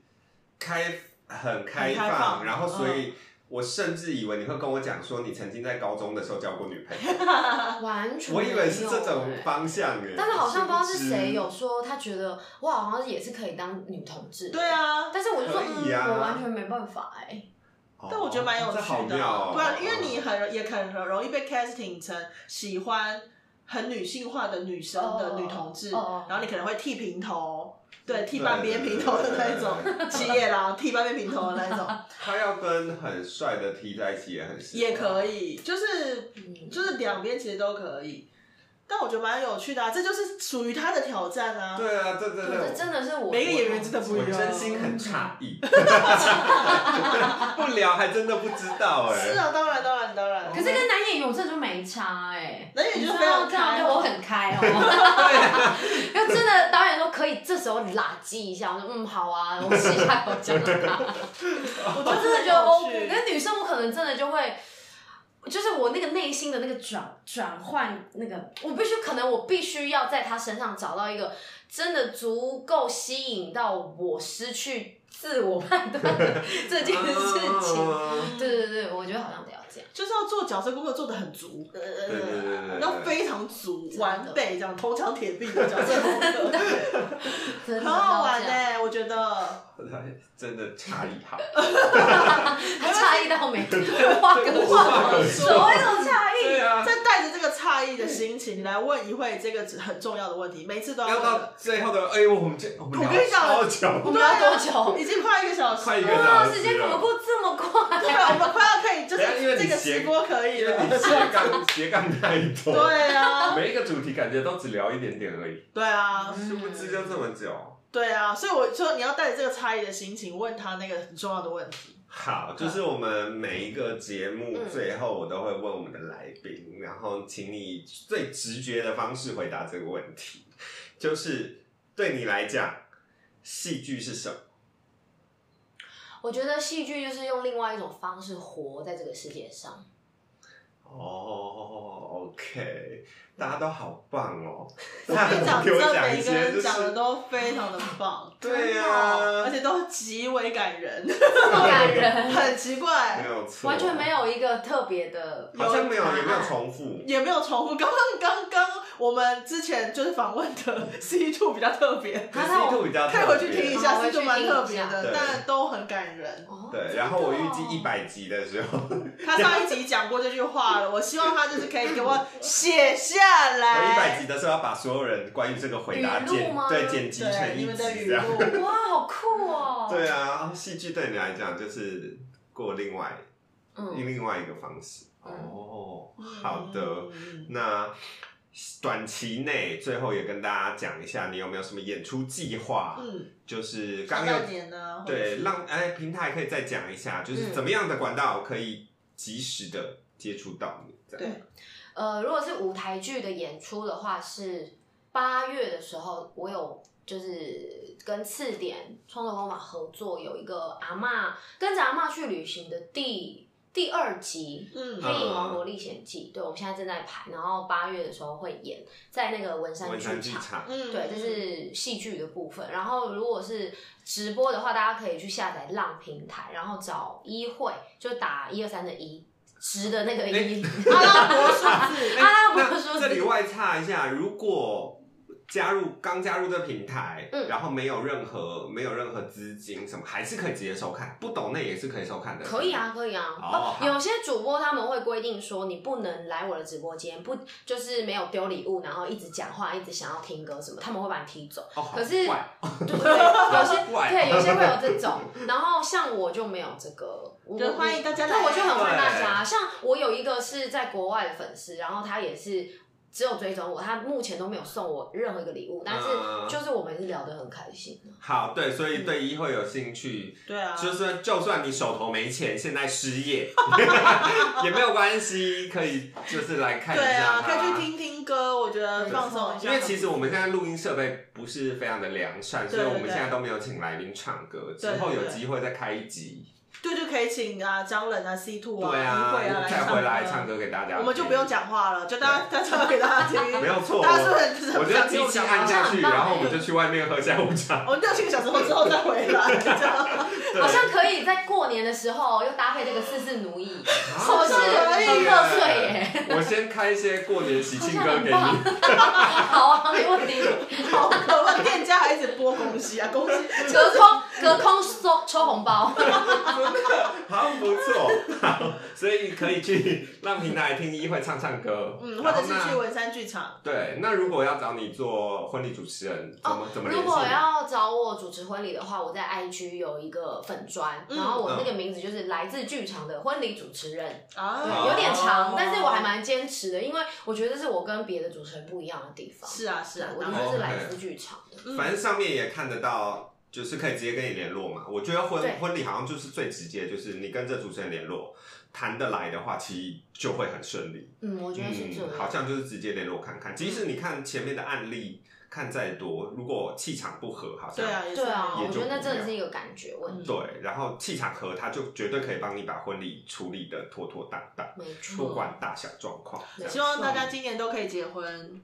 A: 开很开
B: 很开放
A: 然后所以我甚至以为你会跟我讲说你曾经在高中的时候交过女朋
C: [LAUGHS]
A: 友，
C: 完全
A: 我以为是
C: 没有
A: 这种
C: 欸
A: 方向耶。
C: 但是好像不知道是谁
A: 殊
C: 有说，他觉得我好像也是可以当女同志。
B: 对，啊，
C: 但是我就说，
A: 可以
C: 嗯，
A: 啊
C: 我完全没办法哎、
A: 不知，
B: 但我觉得蛮有
A: 哦这好
B: 趣的，
A: 妙哦
B: 对啊，因为你很也很很容易被 casting 成喜欢很女性化的女生的
C: 哦
B: 女同志，
C: 哦
B: 然后你可能会剃平头，对，剃
A: 对
B: 半边平头的那一种
A: 对对，对
B: 企业啦，剃半边平头的那一种
A: 他要跟很帅的 T 在一起也很 [LAUGHS]
B: 也
A: 以。
B: 可以，就是
C: 嗯
B: 就是两边其实都可以，但我觉得蛮有趣的、啊，这就是属于他的挑战啊。
A: 对啊，这这
C: 可是
A: 这，
C: 真的是我
B: 每个演员真的不一
A: 我
B: 样
A: 真心很诧
C: [LAUGHS]
A: 异， [LAUGHS] 不聊还真的不知道哎。
B: 是啊，当然当然当然。
C: 可是跟男演员我这就没差哎、
B: 男演员就非常
C: 这样
B: 开
C: 对
B: 哦
C: 我很开哦。
A: 啊
C: [LAUGHS] 因为真的导演说可以，这时候拉鸡一下，我说嗯好啊，我试一下口腔啊。
B: 我
C: 我
B: 就
C: 真的觉得 OK，可是女生我可能真的就会，就是我那个内心的那个转转换，那个我必须可能我必须要在他身上找到一个真的足够吸引到我失去自我判断的这件事
B: [LAUGHS]
C: 情。
A: 啊
C: 对对对，我觉得好像得要这样。
B: 就是要做角色功课做的很足，呃
A: 对对对对对，
B: 要非常足
C: 真的
B: 完备，这样铜墙铁壁的角色功课，
C: 真的
B: 很好玩
C: 要这样
B: 哎、我觉得。
A: 真的差异 [LAUGHS] 好。
C: 还差异到没无话可
A: 无话可说
C: 说，所谓的
B: [LAUGHS]
C: 差异。
A: 对啊，
B: 再带着这个诧异的心情来问一会这个很重要的问题，每次都要
A: 要
B: 问的。
A: 到最后的，哎，我们这我们
B: 我
A: 聊
B: 跟你讲
A: 超久
C: 我，
B: 对
C: 们要
B: 啊
C: 多久？
B: 已经快一个小时，
A: 快一个
B: 了。
A: 小
C: 哇，
A: 时了
C: 时间怎么过这么快？
B: 对啊，我们快要可以，就是
A: 等一下因为你
B: 这个
A: 斜
B: 直播可以
A: 因为
B: 了。
A: 你斜杠斜杠太多，
B: 对啊，
A: 每一个主题感觉都只聊一点点而已，
B: 对啊，
A: 殊不知就这么久。
B: 对啊，所以我说你要带着这个差异的心情问他那个很重要的问题。
A: 好，就是我们每一个节目
C: 嗯
A: 最后，我都会问我们的来宾，然后请你最直觉的方式回答这个问题，就是对你来讲，戏剧是什么？
B: 啊
C: 我觉得戏剧就是用另外一种方式活在这个世界
B: [LAUGHS]
C: 上。
A: 哦，OK，大家都好棒哦！
B: [LAUGHS] 我跟你讲，
A: 给我
B: 这
A: 讲一
B: 每个
A: 些就
B: 人
A: 是嗯
B: 讲的哦都非常的
A: [LAUGHS]
B: 棒，
A: 对呀、
B: 而且都极为感人，
C: 这么感人，
B: 很奇
A: 没
B: 怪，
A: 有错，
C: 完全没，有一个特别的。
A: 好像没有，
C: 有
A: 也没有重复。
B: 也没有重复。刚刚刚刚我们之前就是访问的 [LAUGHS] C two 比较特
A: [LAUGHS]
B: 别，
A: 可是一度比较
B: 可以回去听一下
C: 好
B: ，C two 蛮特别
C: 回
A: 听
C: 去
B: 的，
A: 一下
B: 但都很感人。
C: 哦
A: 对，然后我预计
B: 啊
C: 真的哦
A: 一百集的时候，我
B: 他上一集讲过这句话了，我希望他就是可以给我写下
A: [LAUGHS] 一百
B: 来。
A: 集的时候要把所有人关于这个回答
C: 语录
A: 剪
C: 吗
A: 对剪辑
B: 对
A: 成
B: 你
A: 一
B: 们的
A: 集啊
B: 语
A: 这样。
B: 录，
C: 哇，好酷哦！
A: 对，啊，戏剧对你来讲就是过另外
C: 嗯，
A: 另外一个方式。
C: 嗯
A: 哦， [LAUGHS] 好的。
B: 嗯
A: 那短期内最后也跟大家讲一下，你有没有什么演出计划？
B: 嗯，
A: 就是
B: 下
A: 刚
B: 半
A: 有
B: 年呢？或者
A: 对
B: 是
A: 让哎平台可以再讲一下，就是
C: 嗯
A: 怎么样的管道可以及时的接触到你？这样
B: 对，
C: 呃，如果是舞台剧的演出的话，是八月的时候，我有就是跟次点创作方法合作，有一个阿嬷跟着阿嬷去旅行的第第二集，
B: 嗯
C: 黑影王国历险记》，对，我们现在正在排，然后八月的时候会演在那个文山
A: 文山
C: 剧
A: 剧
C: 场。
A: 场，
B: 嗯，
C: 对，这是戏剧的部分。然后如果是直播的话，大家可以去下载浪平台，然后找一会，就打一二三的一，直的那个一，
A: [LAUGHS]
B: 阿拉伯数字。
C: 阿拉伯数
A: 哎那这里
C: 字。
A: 外插一下，如果加入刚加入这平台，
C: 嗯
A: 然后没有任何没有任何资金什么，还是可以直接收看，不懂那也是可以收看的。
C: 可以啊，可以啊。
A: 哦好
C: 有些主播他们会规定说，你不能来我的直播间，不就是没有丢礼物，然后一直讲话，一直想要听歌什么，他们会把你踢走。
A: 哦，好
C: 可是嗯
A: 怪 [LAUGHS]
C: 对对对，有些
A: 怪
C: 对有些会有这
A: [LAUGHS]
C: 种，然后像我就没有这个，我
B: 对欢迎大家来
C: 对我就很欢迎大家。像我有一个是在国外的粉丝，然后他也是只有追踪我，他目前都没有送我任何一个礼物，但是
A: 嗯
C: 就是我们是聊得很开心的。
A: 好，对，所以对一会有兴趣，
B: 对啊，
A: 就是就算你手头没钱，现在失
B: [LAUGHS]
A: 业也没有关系，可以就是来看一
B: 对
A: 下
B: 啊，
A: 它。
B: 可以去听听歌，我觉得放松一下。
A: 因为其实我们现在录音设备不是非常的良善，
B: 对
A: 所以我们
B: 对
A: 现在都没有请来宾唱歌，之
B: 对
A: 后有
B: 对
A: 机会再开一集，
B: 对就可以请啊张冷啊 C two
A: 对
B: 啊一会啊
A: 再回来
B: 唱
A: 唱。歌给大家，
B: 我们就不用，讲话了，就大家大家唱给大家听。
A: 没有错。
B: 大家是不
A: 我
B: 是很
A: 我觉得机器按下去，
C: 好像很棒
A: 然后我们就去外面喝下午茶。
B: 我们六七个小时后之后再回来，这样
C: 好像可以在过年的时候又搭配这个四四奴役，
A: [LAUGHS]
C: 是不是
B: 可以
C: 很贺岁耶？
A: 我先开一些过年喜庆
C: 好
A: 歌
C: 像很
A: 给
C: 棒 [LAUGHS]
A: 你。
C: 好啊，没问题。 [LAUGHS]
B: 好可怕！店家还一直播恭喜啊，恭喜！
C: 隔空隔空收抽红包，
A: 好像不错，好，所以可以去让平台听一会唱唱歌，
B: 嗯，或者
A: 然
B: 是
A: 后
B: 去
A: 那
B: 文山剧场。
A: 对。那如果要找你做婚礼主持人，怎么、怎么联
C: 哦如
A: 系？
C: 果要找我主持婚礼的话，我在 IG 有一个粉砖，
B: 嗯
C: 然后我那个名字就是来自剧场的婚礼主持人，对
B: 啊
C: 有点
A: 哦
C: 长，但是我还蛮坚持的，因为我觉得这是我跟别的主持人不一样的地方。
B: 是啊是啊，
C: 我
B: 当
C: 就
B: 然
C: 是
A: 哦
C: 来自剧场的。
B: 嗯
A: 反正上面也看得到，就是可以直接跟你联络嘛。我觉得婚
C: 对
A: 婚礼好像就是最直接，就是你跟这主持人联络，谈得来的话，其实就会很顺利。
C: 嗯，我觉得是这
A: 嗯，好
C: 样。嗯
A: 像就是直接联络看看。即使你看前面的案例，看再多，如果气场不合，好像
B: 对啊，也是
C: 对啊，
A: 也
C: 我
A: 就
C: 觉得那
A: 不嗯
C: 真
A: 妙
C: 的是一个感觉问题，
A: 对，然后气场合，他就绝对可以帮你把婚礼处理的妥妥当当， [LAUGHS]
C: 没错，
A: 不管大小状况。这样
B: 希望大家今年都可以结婚。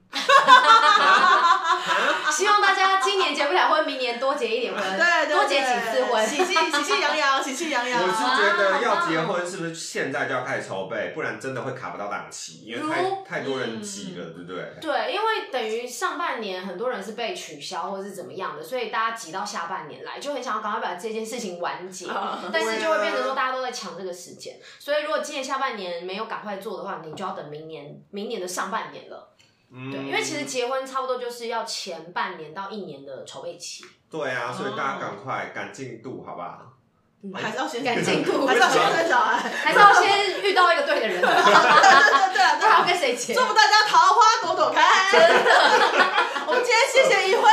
C: 希望大家今年结不了婚，明年多结一点婚，
B: 对对对，
C: 多结几次婚。
B: 喜气喜气洋
C: [LAUGHS]
B: 洋，喜气洋洋。
A: 我是觉
C: 哇
A: 得
C: 啊好
A: 要结
C: 棒哦
A: 婚是不是现在就要开始筹备，不然真的会卡不到档期，因为
C: 如嗯
A: 太太多人挤了，对不对？
C: 对，因为等于上半年很多人是被取消或是怎么样的，所以大家挤到下半年来，就很想要赶快把这件事情完结。 [LAUGHS]
B: 啊
C: 但是就会变成说大家都在抢这个时间，所以如果今年下半年没有赶快做的话，你就要等明年明年的上半年了。
A: 嗯
C: 对，因为其实结婚差不多就是要前半年到一年的筹备期，
A: 对啊，所以大
B: 哦
A: 家赶快赶进度，好不好？
C: 嗯
B: 还是要先
A: [LAUGHS]
C: 赶进度
B: 还是要先生小孩。
C: 还是要先遇到一个对的人，不
B: 对对对对啊对
C: 然要
B: 啊！
C: 跟谁结
B: [LAUGHS] 祝？福大家桃花朵朵开。真的，我们今天谢谢一辉，